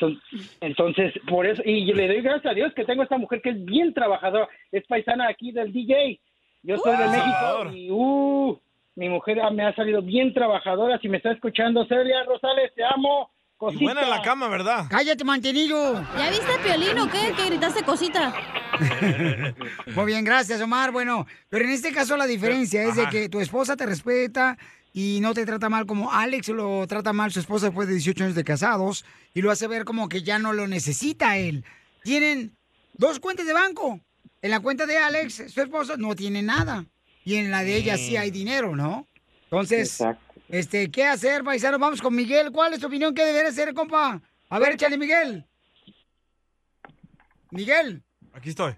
Speaker 18: enton- entonces por eso y yo le doy gracias a Dios que tengo esta mujer que es bien trabajadora, es paisana aquí del DJ. Yo soy de
Speaker 21: ¡Uh!
Speaker 18: México y uh, mi mujer ah, me ha salido bien trabajadora. Si me está escuchando, Celia Rosales, te amo. Cosita.
Speaker 4: buena en la cama, ¿verdad?
Speaker 2: Cállate, mantenido.
Speaker 5: ¿Ya viste a Piolín o qué? Que gritaste cosita.
Speaker 2: Muy bien, gracias, Omar. Bueno, pero en este caso la diferencia es de
Speaker 5: Ajá.
Speaker 2: que tu esposa te respeta y no te trata mal como Alex lo trata mal su esposa después de 18 años de casados y lo hace ver como que ya no lo necesita él. Tienen dos cuentas de banco. En la cuenta de Alex, su esposo no tiene nada. Y en la de ella sí hay dinero, ¿no? Entonces, este, ¿qué hacer, paisano? Vamos con Miguel. ¿Cuál es tu opinión? ¿Qué debería hacer, compa? A ver, échale, Miguel. Miguel.
Speaker 4: Aquí estoy.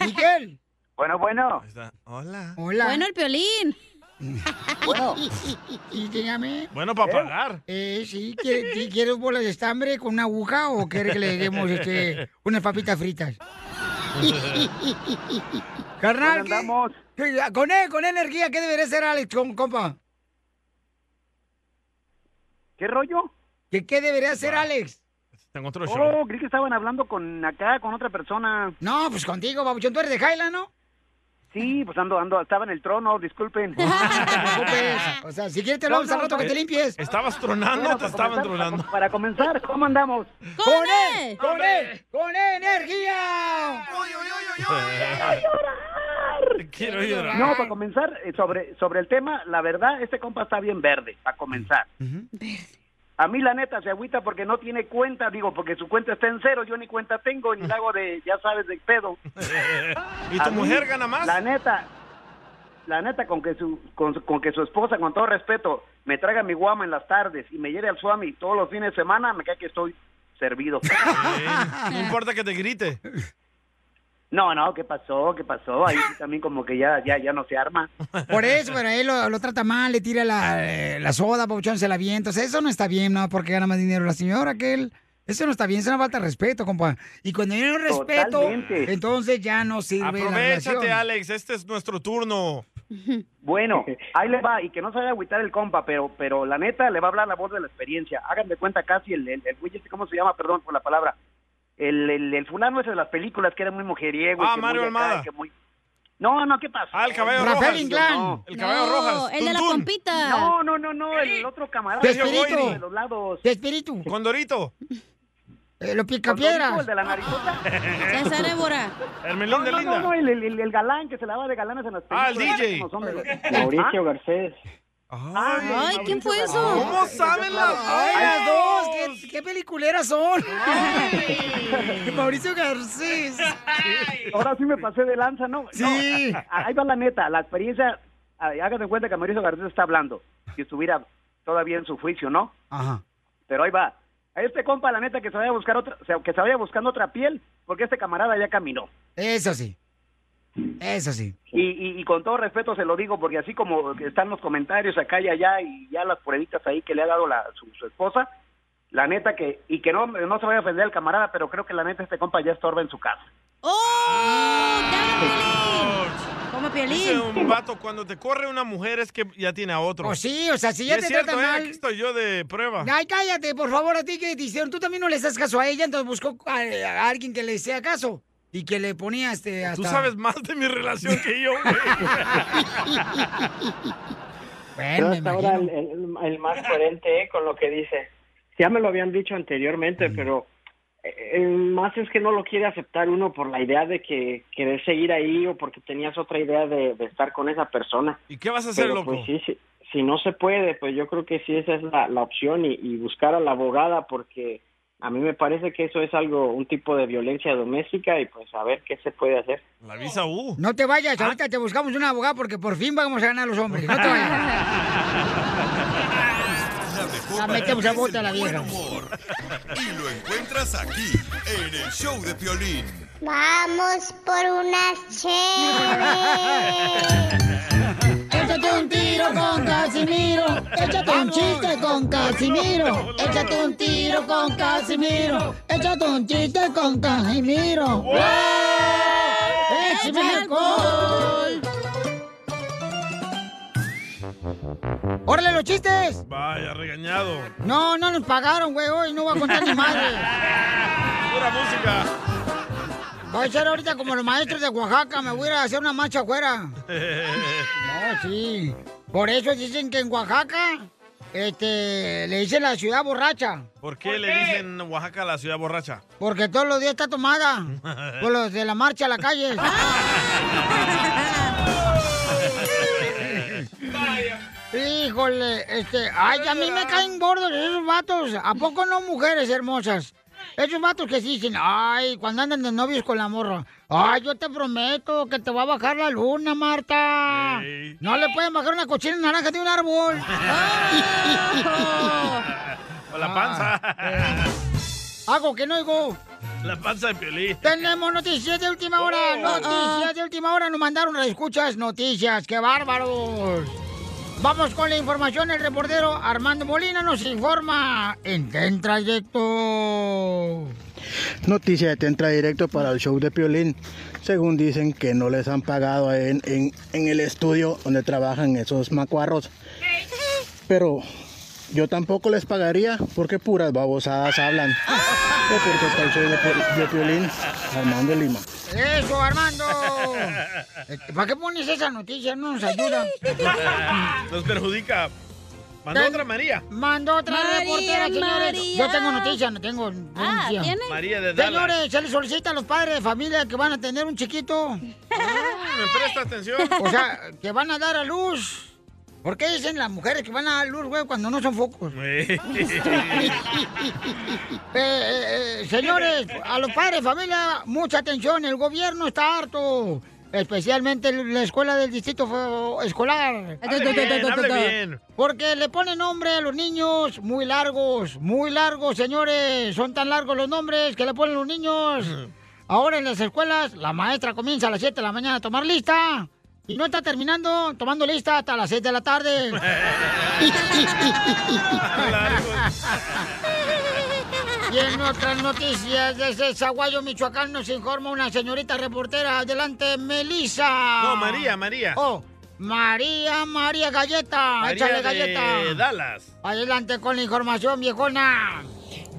Speaker 2: Miguel.
Speaker 24: Bueno, bueno.
Speaker 4: Hola.
Speaker 2: Hola.
Speaker 5: Bueno, el Piolín.
Speaker 2: Bueno. Y dígame.
Speaker 4: Bueno, para pagar.
Speaker 2: Eh, sí, ¿quiere- sí, ¿quieres bolas de estambre con una aguja o quiere que le demos este, unas papitas fritas? Carnal, ¿qué- qué- con, e- con energía, ¿qué debería ser Alex, com- compa?
Speaker 24: ¿Qué rollo?
Speaker 2: ¿Qué, qué debería hacer Alex?
Speaker 4: Tengo otro show.
Speaker 25: Oh, creí que estaban hablando con acá, con otra persona.
Speaker 2: No, pues contigo, babuchón. Tú eres de Jaila, ¿no?
Speaker 25: Sí, pues ando, ando, estaba en el trono, disculpen. eh,
Speaker 2: o sea, si quieres te hablamos al rato que te limpies.
Speaker 4: Estabas tronando,
Speaker 25: Bueno, pues,
Speaker 4: te
Speaker 25: para
Speaker 4: estaban
Speaker 25: comenzar,
Speaker 4: tronando.
Speaker 25: Para comenzar, ¿cómo andamos?
Speaker 2: ¡Con E! él! ¡Con él! ¡Con energía!
Speaker 4: Quiero
Speaker 25: No, para comenzar, eh, sobre, sobre el tema, la verdad, este compa está bien verde, para comenzar. A mí, la neta, se agüita porque no tiene cuenta, digo, porque su cuenta está en cero, yo ni cuenta tengo, ni la hago de, ya sabes, de pedo.
Speaker 4: ¿Y
Speaker 25: A
Speaker 4: tu
Speaker 25: mí,
Speaker 4: mujer gana más?
Speaker 25: La neta, la neta, con que su, con, su- con que su esposa, con todo respeto, me traiga mi guama en las tardes y me lleve al suami todos los fines de semana, me cae que estoy servido.
Speaker 4: No importa que te grite.
Speaker 25: No, no, ¿qué pasó? ¿Qué pasó? Ahí sí también como que ya, ya, ya no se arma.
Speaker 2: Por eso, pero él lo, lo trata mal, le tira la, eh, la soda, babuchón, se la avienta. O sea, eso no está bien, ¿no? Porque gana más dinero la señora que él. Eso no está bien, es una falta de respeto, compa. Y cuando hay un respeto,
Speaker 4: Totalmente.
Speaker 2: entonces ya no sirve la
Speaker 4: Aprovechate,
Speaker 2: relación.
Speaker 4: Alex. Este es nuestro turno.
Speaker 25: Bueno, ahí le va, y que no se vaya a agüitar el compa, pero, pero la neta le va a hablar la voz de la experiencia. Háganme cuenta casi el, el, el güey este, ¿cómo se llama? Perdón por la palabra. El, el, el fulano ese de las películas que era muy mujeriego. y
Speaker 4: Ah,
Speaker 25: que
Speaker 4: Mario
Speaker 25: muy acá,
Speaker 4: Almada.
Speaker 25: y que muy- No, no, ¿qué pasó? Ah, el
Speaker 4: Caballo Rafael Rojas. Inclán. El Caballo No,
Speaker 2: eh.
Speaker 4: Rojas. el de la Tuntún.
Speaker 25: compita. No, no, no, no, el otro camarada.
Speaker 2: Chespirito.
Speaker 25: de los lados.
Speaker 2: Chespirito.
Speaker 4: Condorito.
Speaker 2: Eh, lo pica piedras.
Speaker 25: ¿El de la narizota?
Speaker 4: César Évora. El melón
Speaker 25: no,
Speaker 4: de
Speaker 25: no,
Speaker 4: Linda.
Speaker 25: No, no, el, el- el- el galán que se lava de galanes en las
Speaker 4: Ah, el
Speaker 25: películas,
Speaker 4: DJ.
Speaker 25: como son de los-
Speaker 2: Ah.
Speaker 23: Mauricio Garcés.
Speaker 25: Ay, Mauricio García.
Speaker 2: ¿Cómo saben las, ay, las dos? ¿Qué, qué peliculeras son? Mauricio Garcés.
Speaker 25: Ahora sí me pasé de lanza, ¿no?
Speaker 2: Sí.
Speaker 25: Ahí va la neta, la experiencia, ay, hágase cuenta que Mauricio Garcés está hablando, si estuviera todavía en su juicio, ¿no?
Speaker 2: Ajá.
Speaker 25: Pero ahí va. A este compa, la neta, que se vaya a buscar otra, o sea, que se vaya buscando otra piel, porque este camarada ya caminó.
Speaker 2: Eso sí. Eso sí.
Speaker 25: Y, y- y con todo respeto se lo digo, porque así como están los comentarios acá y allá y ya las pruebitas ahí que le ha dado la, su, su esposa, la neta que, y que no, no se vaya a ofender el camarada, pero creo que la neta este compa ya estorba en su casa.
Speaker 2: ¡Oh!
Speaker 5: Como
Speaker 4: Dice un vato, cuando te corre una mujer es que ya tiene a otro.
Speaker 2: Pues sí, o sea, si ya
Speaker 4: Y es
Speaker 2: te
Speaker 4: cierto,
Speaker 2: tratan
Speaker 4: eh,
Speaker 2: mal-
Speaker 4: Aquí estoy yo de prueba.
Speaker 2: Ay, cállate, por favor, a ti que te hicieron. Tú también no le das caso a ella, entonces buscó a, a alguien que le hiciera caso. Y que le ponía este. Hasta...
Speaker 4: Tú sabes más de mi relación que yo, güey.
Speaker 23: Pero hasta ahora el, el- el más coherente eh, con lo que dice. Ya me lo habían dicho anteriormente,
Speaker 2: Mm.
Speaker 23: pero eh, eh, más es que no lo quiere aceptar uno por la idea de que querer seguir ahí o porque tenías otra idea de, de estar con esa persona.
Speaker 4: ¿Y qué vas a hacer,
Speaker 23: Pero,
Speaker 4: loco?
Speaker 23: pues, sí, sí, si no se puede, pues yo creo que sí esa es la, la opción y, y buscar a la abogada porque a mí me parece que eso es algo, un tipo de violencia doméstica y pues a ver qué se puede hacer.
Speaker 4: La visa U.
Speaker 2: No te vayas, ahorita te buscamos una abogada porque por fin vamos a ganar los hombres. No te vayas. La metemos a bote a la vieja.
Speaker 8: Y lo encuentras aquí, en el show de Piolín.
Speaker 7: Vamos por unas chéveres.
Speaker 2: Échate un tiro con Casimiro. Échate un chiste con Casimiro. Échate un tiro con Casimiro. Échate un chiste con Casimiro. ¡Wow! ¡Échame alcohol! ¡Órale los chistes!
Speaker 4: Vaya, regañado.
Speaker 2: No, no nos pagaron, güey. Hoy no voy a contar ni madre.
Speaker 4: Pura música.
Speaker 2: Voy a ser ahorita como los maestros de Oaxaca. Me voy a ir a hacer una marcha afuera. No, sí. Por eso dicen que en Oaxaca este, le dicen la ciudad borracha.
Speaker 4: ¿Por qué le dicen Oaxaca a la ciudad borracha?
Speaker 2: Porque todos los días está tomada. Por los de la marcha a la calle. Híjole, este, ay, a mí me caen gordos esos vatos. ¿A poco no mujeres hermosas? Esos vatos que sí dicen, ay, cuando andan de novios con la morra. Ay, yo te prometo que te va a bajar la luna, Marta. No le pueden bajar una cochina naranja de un árbol.
Speaker 4: O
Speaker 2: Ah,
Speaker 4: la panza.
Speaker 2: eh. Hago que no oigo.
Speaker 4: La panza de Piolín.
Speaker 2: Tenemos noticias de última hora.
Speaker 4: Oh.
Speaker 2: Noticias de última hora. Nos mandaron escuchas noticias. ¡Qué bárbaros! Vamos con la información. El reportero Armando Molina nos informa. Entra en trayecto.
Speaker 21: Noticia de Tentra Directo para el show de Piolín. Según dicen que no les han pagado en, en- en el estudio donde trabajan esos macuarros. Pero Yo tampoco les pagaría porque puras babosadas hablan. De Porque tal soy de, Pi- de Piolín, Armando Lima.
Speaker 2: ¡Eso, Armando! Eh, ¿Para qué pones esa noticia? No nos ayuda.
Speaker 4: Nos perjudica. Mandó otra María.
Speaker 2: Mandó otra
Speaker 4: María,
Speaker 2: reportera, señores.
Speaker 4: María.
Speaker 2: Yo tengo noticia, no tengo
Speaker 4: Ah,
Speaker 2: noticia.
Speaker 4: ¿tiene? María de Dallas.
Speaker 2: Señores, se les solicita a los padres de familia que van a tener un chiquito.
Speaker 4: ¿Me presta atención?
Speaker 2: O sea, que van a dar a luz. ¿Por qué dicen las mujeres que van a dar luz, güey, cuando no son focos? Eh, eh, eh, señores, a los padres, familia, mucha atención. El gobierno está harto. Especialmente la escuela del distrito fo- escolar.
Speaker 12: Hable bien, hable bien.
Speaker 2: Porque le ponen nombre a los niños muy largos, muy largos, señores. Son tan largos los nombres que le ponen los niños. Ahora en las escuelas, la maestra comienza a las 7 de la mañana a tomar lista. Y no está terminando tomando lista hasta las 6 de la tarde. Y en otras noticias, desde Zaguayo, Michoacán, nos informa una señorita reportera. Adelante, Melissa.
Speaker 4: No, María, María.
Speaker 2: Oh, María, María Galleta.
Speaker 4: María
Speaker 2: Échale
Speaker 4: de
Speaker 2: galleta.
Speaker 4: Dallas.
Speaker 2: Adelante con la información, viejona.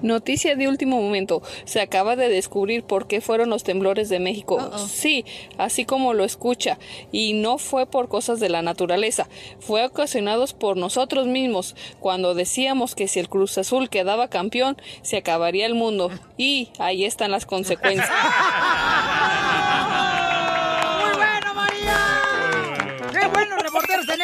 Speaker 33: Noticia de último momento. Se acaba de descubrir por qué fueron los temblores de México. Sí, así como lo escucha. Y no fue por cosas de la naturaleza. Fue ocasionados por nosotros mismos. Cuando decíamos que si el Cruz Azul quedaba campeón, se acabaría el mundo. Y ahí están las consecuencias.
Speaker 2: ¡Muy bueno, María! ¡Qué buenos reporteros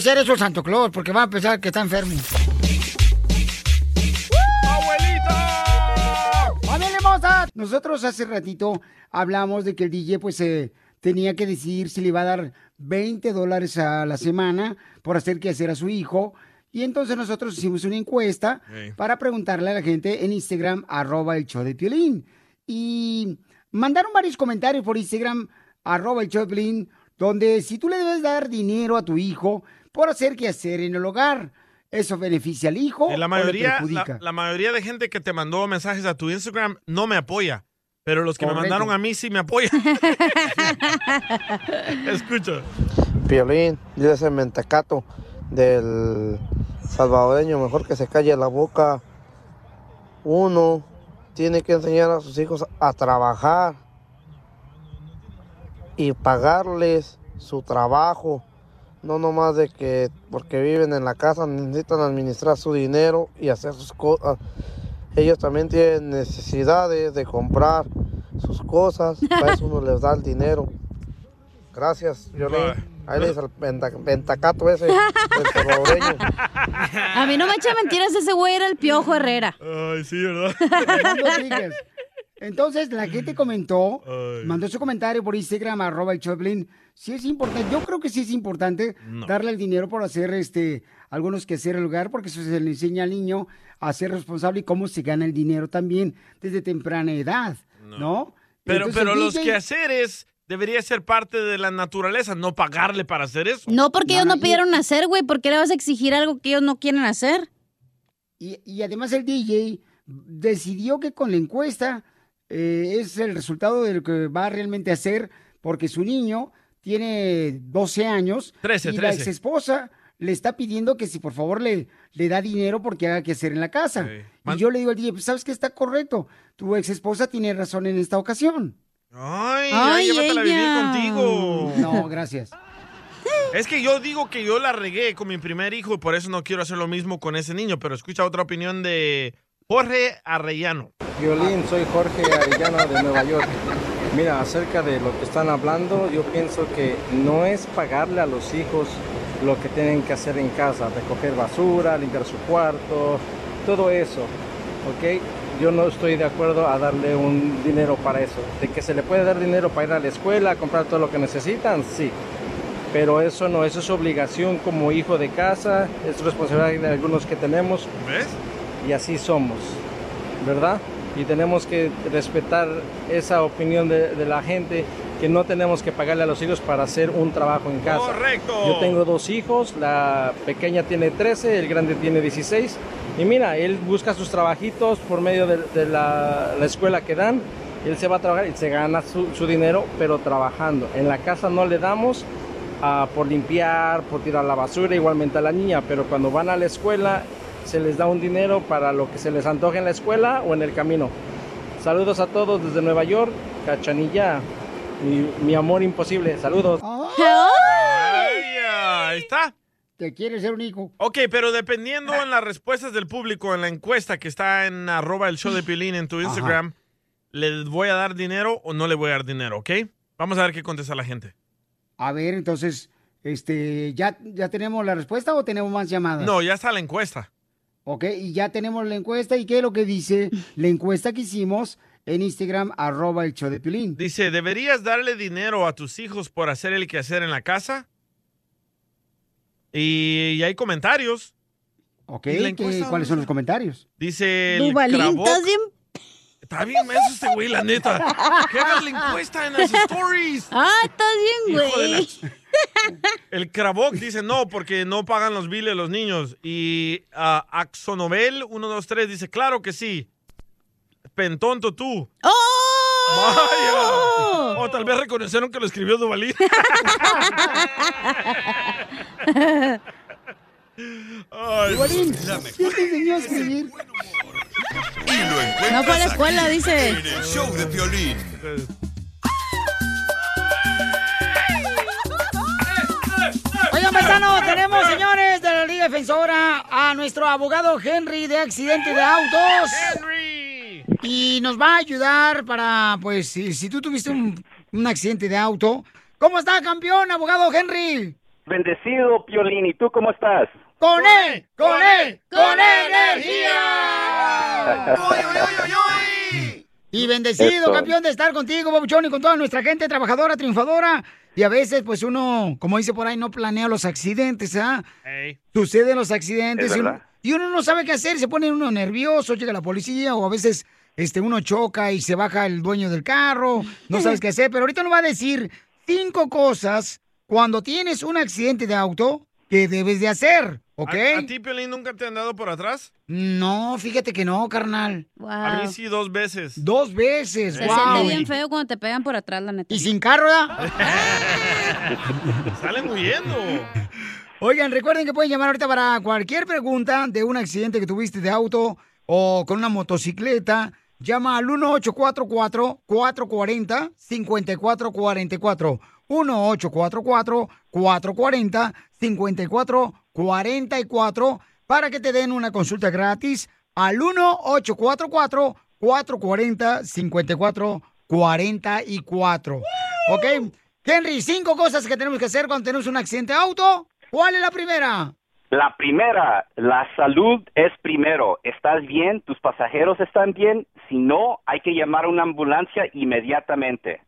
Speaker 2: ser eso Santo Claus, porque va a pensar que está enfermo. ¡Familia hermosa! Nosotros hace ratito hablamos de que el DJ pues eh, tenía que decidir si le iba a dar 20 dólares a la semana por hacer que hacer a su hijo. Y entonces nosotros hicimos una encuesta
Speaker 12: Ey.
Speaker 2: para preguntarle a la gente en Instagram, arroba el show de Piolín. Y mandaron varios comentarios por Instagram, arroba el show de Piolín, donde si tú le debes dar dinero a tu hijo por hacer que hacer en el hogar, ¿eso beneficia al hijo
Speaker 4: La
Speaker 2: o le
Speaker 4: mayoría,
Speaker 2: perjudica?
Speaker 4: la, la mayoría de gente que te mandó mensajes a tu Instagram no me apoya. Pero los que me
Speaker 2: Correcto.
Speaker 4: mandaron a mí sí me apoyan. Escucha.
Speaker 34: Piolín, dice ese mentecato del salvadoreño, mejor que se calle la boca. Uno tiene que enseñar a sus hijos a trabajar y pagarles su trabajo. No nomás de que porque viven en la casa necesitan administrar su dinero y hacer sus cosas. Ellos también tienen necesidades de comprar sus cosas. Para eso uno les da el dinero. Gracias, Piolín. Ahí le dice al penta- pentacato ese, el salvadoreño.
Speaker 5: A mí no me echa mentiras, ese güey era el Piojo Herrera.
Speaker 4: Ay, sí, ¿verdad?
Speaker 2: Hernán Rodríguez. Entonces, la gente comentó,
Speaker 4: Ay.
Speaker 2: mandó su comentario por Instagram, arroba el Choplin. Sí es importante, yo creo que sí es importante
Speaker 4: No.
Speaker 2: darle el dinero por hacer este algunos que hacer el hogar, porque eso se le enseña al niño a ser responsable y cómo se gana el dinero también desde temprana edad, ¿no?
Speaker 4: Pero,
Speaker 2: Entonces,
Speaker 4: pero
Speaker 2: el
Speaker 4: los
Speaker 2: DJ
Speaker 4: quehaceres debería ser parte de la naturaleza, no pagarle para hacer eso.
Speaker 5: No, porque ellos no pidieron hacer, güey. ¿Por qué le vas a exigir algo que ellos no quieren hacer?
Speaker 2: Y, y además el DJ decidió que con la encuesta eh, es el resultado de lo que va realmente a hacer, porque su niño tiene 12 años
Speaker 4: 13,
Speaker 2: y la
Speaker 4: 13.
Speaker 2: ex esposa le está pidiendo que si por favor le, le da dinero porque haga que hacer en la casa. Y yo le digo al DJ, pues sabes que está correcto, tu ex esposa tiene razón en esta ocasión.
Speaker 4: Ay,
Speaker 2: Ay,
Speaker 4: ya llévatela a vivir
Speaker 2: ella.
Speaker 4: contigo.
Speaker 2: No, gracias.
Speaker 4: Es que yo digo que yo la regué con mi primer hijo y por eso no quiero hacer lo mismo con ese niño, pero escucha otra opinión de Jorge Arrellano.
Speaker 34: Violín, soy Jorge Arellano de Nueva York. Mira, acerca de lo que están hablando, yo pienso que no es pagarle a los hijos lo que tienen que hacer en casa, recoger basura, limpiar su cuarto, todo eso, ¿ok? Yo no estoy de acuerdo a darle un dinero para eso. De que se le puede dar dinero para ir a la escuela, comprar todo lo que necesitan, sí.
Speaker 28: pero eso no, eso es obligación como hijo de casa, es responsabilidad de algunos que tenemos.
Speaker 4: ¿Ves?
Speaker 28: Y así somos, ¿verdad? Y tenemos que respetar esa opinión de, de la gente que no tenemos que pagarle a los hijos para hacer un trabajo en casa.
Speaker 4: Correcto.
Speaker 28: Yo tengo dos hijos, la pequeña tiene 13, el grande tiene 16. Y mira, él busca sus trabajitos por medio de, de la, la escuela que dan. Él se va a trabajar y se gana su, su dinero, pero trabajando. En la casa no le damos ah, por limpiar, por tirar la basura, igualmente a la niña, pero cuando van a la escuela se les da un dinero para lo que se les antoje en la escuela o en el camino. Saludos a todos desde Nueva York, Cachanilla, mi, mi amor imposible, saludos.
Speaker 4: Vaya, ahí está.
Speaker 2: Te quieres ser un hijo.
Speaker 4: Ok, pero dependiendo en las respuestas del público en la encuesta que está en arroba el show de Pilín en tu Instagram, ¿le voy a dar dinero o no le voy a dar dinero, ok? Vamos a ver qué contesta la gente.
Speaker 2: A ver, entonces, este, ¿ya, ¿ya tenemos la respuesta o tenemos más llamadas?
Speaker 4: No, ya está la encuesta.
Speaker 2: Ok, y ya tenemos la encuesta. ¿Y qué es lo que dice la encuesta que hicimos en Instagram, arroba el show de Piolín?
Speaker 4: Dice, ¿deberías darle dinero a tus hijos por hacer el quehacer en la casa? Y, y hay comentarios.
Speaker 2: Ok,
Speaker 4: ¿Y la
Speaker 2: ¿qué-
Speaker 4: encuesta dónde
Speaker 2: ¿cuáles son los comentarios?
Speaker 4: Dice el
Speaker 2: Duvalín,
Speaker 4: Krabok.
Speaker 2: ¿estás bien?
Speaker 4: Está bien menso este güey, la neta. ¿Qué hagas la encuesta en las stories?
Speaker 5: Ah, estás bien,
Speaker 4: Hijo de la
Speaker 5: güey.
Speaker 4: El Krabok dice no, porque no pagan los biles los niños. Y ah, Axonovel 123 dice, claro que sí. Pentonto tú. ¡Vaya! O tal vez reconocieron que lo escribió Duvalín.
Speaker 2: Duvalín, ¿quién te enseñó a escribir?
Speaker 5: No fue a la escuela, dice.
Speaker 8: El show de Piolín.
Speaker 2: Oigan, paisano, tenemos, señores, de la Liga Defensora a nuestro abogado Henry de accidente de autos. Y nos va a ayudar para, pues, si, si tú tuviste un, un accidente de auto. ¿Cómo está, campeón, abogado Henry?
Speaker 35: Bendecido, Piolín. ¿Y tú cómo estás?
Speaker 2: ¡Con él! ¡Con él! ¡Con
Speaker 35: energía!
Speaker 2: Y bendecido,
Speaker 35: Eso.
Speaker 2: campeón, de estar contigo, Babuchón, y con toda nuestra gente trabajadora, triunfadora. Y a veces, pues uno, como dice por ahí, no planea los accidentes, ¿ah? Suceden los accidentes
Speaker 35: Es
Speaker 2: y, uno,
Speaker 35: verdad.
Speaker 2: y uno no sabe qué hacer, se pone uno nervioso, llega la policía o a veces este uno choca y se baja el dueño del carro, no sabes qué hacer, pero ahorita nos va a decir cinco cosas cuando tienes un accidente de auto que debes de hacer, ¿ok?
Speaker 4: ¿A, a ti, Piolín, nunca te han dado por atrás?
Speaker 2: No, fíjate que no, carnal.
Speaker 4: A mí sí dos veces.
Speaker 2: Dos veces,
Speaker 5: Se
Speaker 2: wow.
Speaker 5: siente bien feo cuando te pegan por atrás, la neta.
Speaker 2: Y sin carro, ¿verdad?
Speaker 4: Salen huyendo.
Speaker 2: Oigan, recuerden que pueden llamar ahorita para cualquier pregunta de un accidente que tuviste de auto o con una motocicleta. Llama al 1844-440-5444. 1844-440-5444 para que te den una consulta gratis al 1844-440-5444. ¿Ok? Henry, cinco cosas que tenemos que hacer cuando tenemos un accidente de auto. ¿Cuál es la primera?
Speaker 35: La primera, la salud es primero. ¿Estás bien? ¿Tus pasajeros están bien? Si no, hay que llamar a una ambulancia inmediatamente.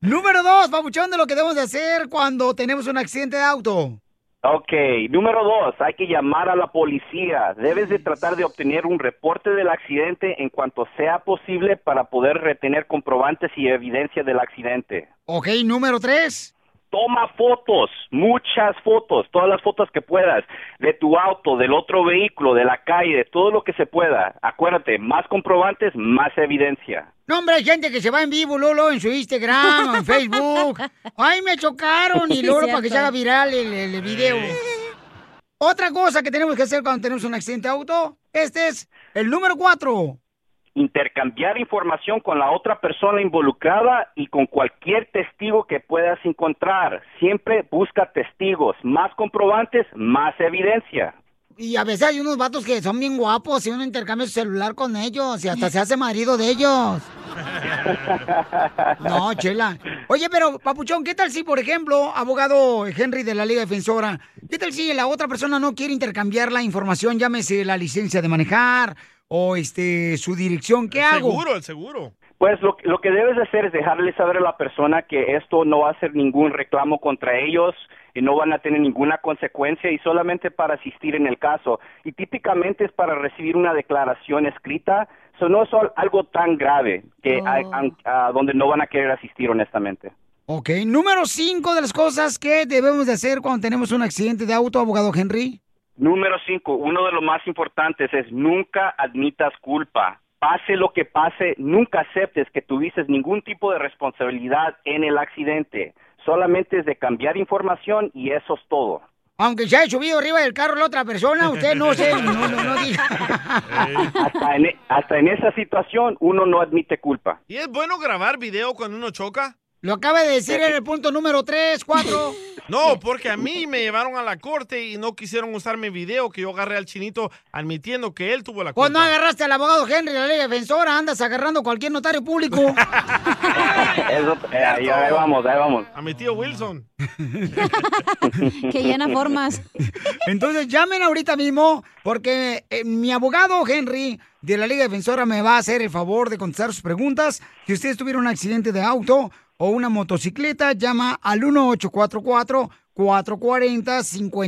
Speaker 2: Número dos, babuchón, de lo que debemos de hacer cuando tenemos un accidente de auto.
Speaker 35: Ok, número dos, hay que llamar a la policía. Debes de tratar de obtener un reporte del accidente en cuanto sea posible para poder retener comprobantes y evidencia del accidente.
Speaker 2: Ok, número tres.
Speaker 35: Toma fotos, muchas fotos, todas las fotos que puedas, de tu auto, del otro vehículo, de la calle, de todo lo que se pueda. Acuérdate, más comprobantes, más evidencia.
Speaker 2: No, hombre, hay gente que se va en vivo, Lolo, en su Instagram, en Facebook. Ay, me chocaron y
Speaker 35: Sí,
Speaker 2: Lolo para que
Speaker 35: cierto.
Speaker 2: se haga viral el, el video. Otra cosa que tenemos que hacer cuando tenemos un accidente de auto, este es el número cuatro.
Speaker 35: intercambiar información con la otra persona involucrada y con cualquier testigo que puedas encontrar. Siempre busca testigos, más comprobantes, más evidencia.
Speaker 2: Y a veces hay unos vatos que son bien guapos y uno intercambia su celular con ellos y hasta se hace marido de ellos. No, chela. Oye, pero, Papuchón, ¿qué tal si, por ejemplo, abogado Henry de la Liga Defensora, ¿qué tal si la otra persona no quiere intercambiar la información? Llámese la licencia de manejar o este su dirección. ¿Qué hago?
Speaker 4: Seguro, el seguro.
Speaker 35: Pues lo, lo que debes de hacer es dejarle saber a la persona que esto no va a ser ningún reclamo contra ellos y no van a tener ninguna consecuencia y solamente para asistir en el caso. Y típicamente es para recibir una declaración escrita, eso no es al- algo tan grave que a- a- a donde no van a querer asistir honestamente.
Speaker 2: Ok, número 5 de las cosas que debemos de hacer cuando tenemos un accidente de auto, abogado Henry.
Speaker 35: Número cinco, uno de los más importantes es nunca admitas culpa. Pase lo que pase, nunca aceptes que tuviste ningún tipo de responsabilidad en el accidente. Solamente es de cambiar información y eso es todo.
Speaker 2: Aunque se haya subido arriba del carro la otra persona, usted no se... No, no, no diga.
Speaker 35: Hasta en, e, hasta en esa situación uno no admite culpa.
Speaker 4: ¿Y es bueno grabar video cuando uno choca?
Speaker 2: Lo acaba de decir en el punto número 3, 4.
Speaker 4: No, porque a mí me llevaron a la corte y no quisieron usar mi video que yo agarré al chinito admitiendo que él tuvo la culpa.
Speaker 2: Pues no agarraste al abogado Henry, la ley defensora, andas agarrando cualquier notario público.
Speaker 35: Eso, eh, ahí, ahí vamos, ahí vamos.
Speaker 4: A mi tío Wilson.
Speaker 2: que llena formas. Entonces llamen ahorita mismo porque eh, mi abogado Henry de la Liga Defensora me va a hacer el favor de contestar sus preguntas. Si ustedes tuvieron un accidente de auto o una motocicleta, llama al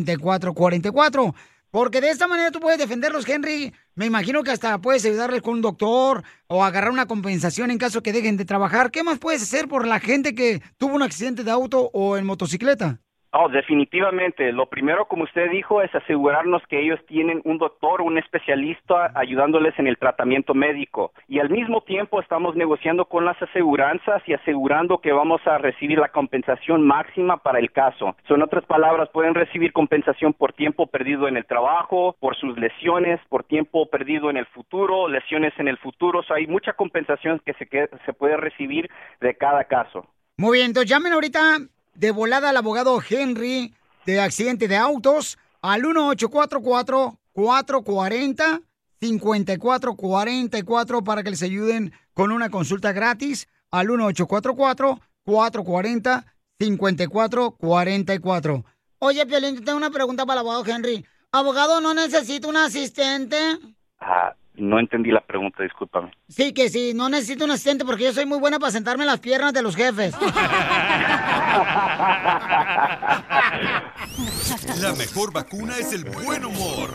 Speaker 2: 1844-440-5444. Porque de esta manera tú puedes defenderlos, Henry. Me imagino que hasta puedes ayudarles con un doctor o agarrar una compensación en caso que dejen de trabajar. ¿Qué más puedes hacer por la gente que tuvo un accidente de auto o en motocicleta?
Speaker 35: Oh, definitivamente. Lo primero, como usted dijo, es asegurarnos que ellos tienen un doctor, un especialista ayudándoles en el tratamiento médico. Y al mismo tiempo estamos negociando con las aseguranzas y asegurando que vamos a recibir la compensación máxima para el caso. So, en otras palabras, pueden recibir compensación por tiempo perdido en el trabajo, por sus lesiones, por tiempo perdido en el futuro, lesiones en el futuro. So, hay mucha compensación que se, que- se puede recibir de cada caso.
Speaker 2: Muy bien, entonces llamen ahorita de volada al abogado Henry de accidente de autos al 1844-440-5444 para que les ayuden con una consulta gratis al 1844-440-5444.
Speaker 13: Oye, Piolín, yo tengo una pregunta para el abogado Henry. ¿Abogado no necesita un asistente?
Speaker 35: Ah, no entendí la pregunta, discúlpame.
Speaker 13: Sí, que sí, no necesito un asistente porque yo soy muy buena para sentarme en las piernas de los jefes.
Speaker 8: La mejor vacuna es el buen humor.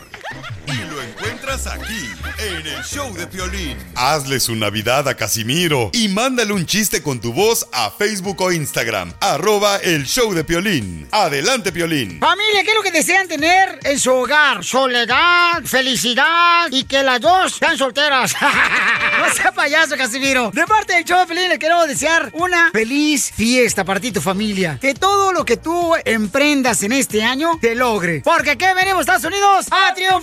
Speaker 8: Y lo encuentras aquí, en el show de Piolín.
Speaker 20: Hazle su Navidad a Casimiro
Speaker 8: Y mándale un chiste con tu voz a Facebook o Instagram. Arroba el show de Piolín. Adelante, Piolín.
Speaker 2: Familia, ¿qué es lo que desean tener en su hogar? Soledad, felicidad y que las dos sean solteras. no sea payaso, Casimiro. De parte del show feliz, le queremos desear una feliz fiesta para ti y tu familia. Que todo lo que tú emprendas en este año te logre. Porque aquí venimos, Estados Unidos, a triunfar.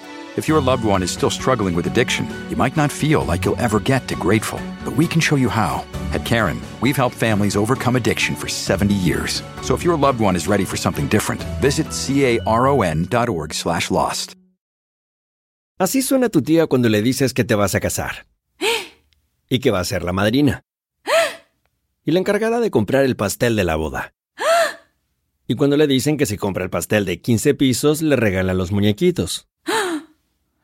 Speaker 30: If your loved one is still struggling with addiction, you might not feel like you'll ever get to grateful, but we can show you how. At Karen, we've helped families overcome addiction for 70 years. So if your loved one is ready for something different, visit caron.org slash lost.
Speaker 36: Así suena tu tía cuando le dices que te vas a casar. Y que va a ser la madrina. Y la encargada de comprar el pastel de la boda. Y cuando le dicen que si compra el pastel de 15 pisos, le regalan los muñequitos.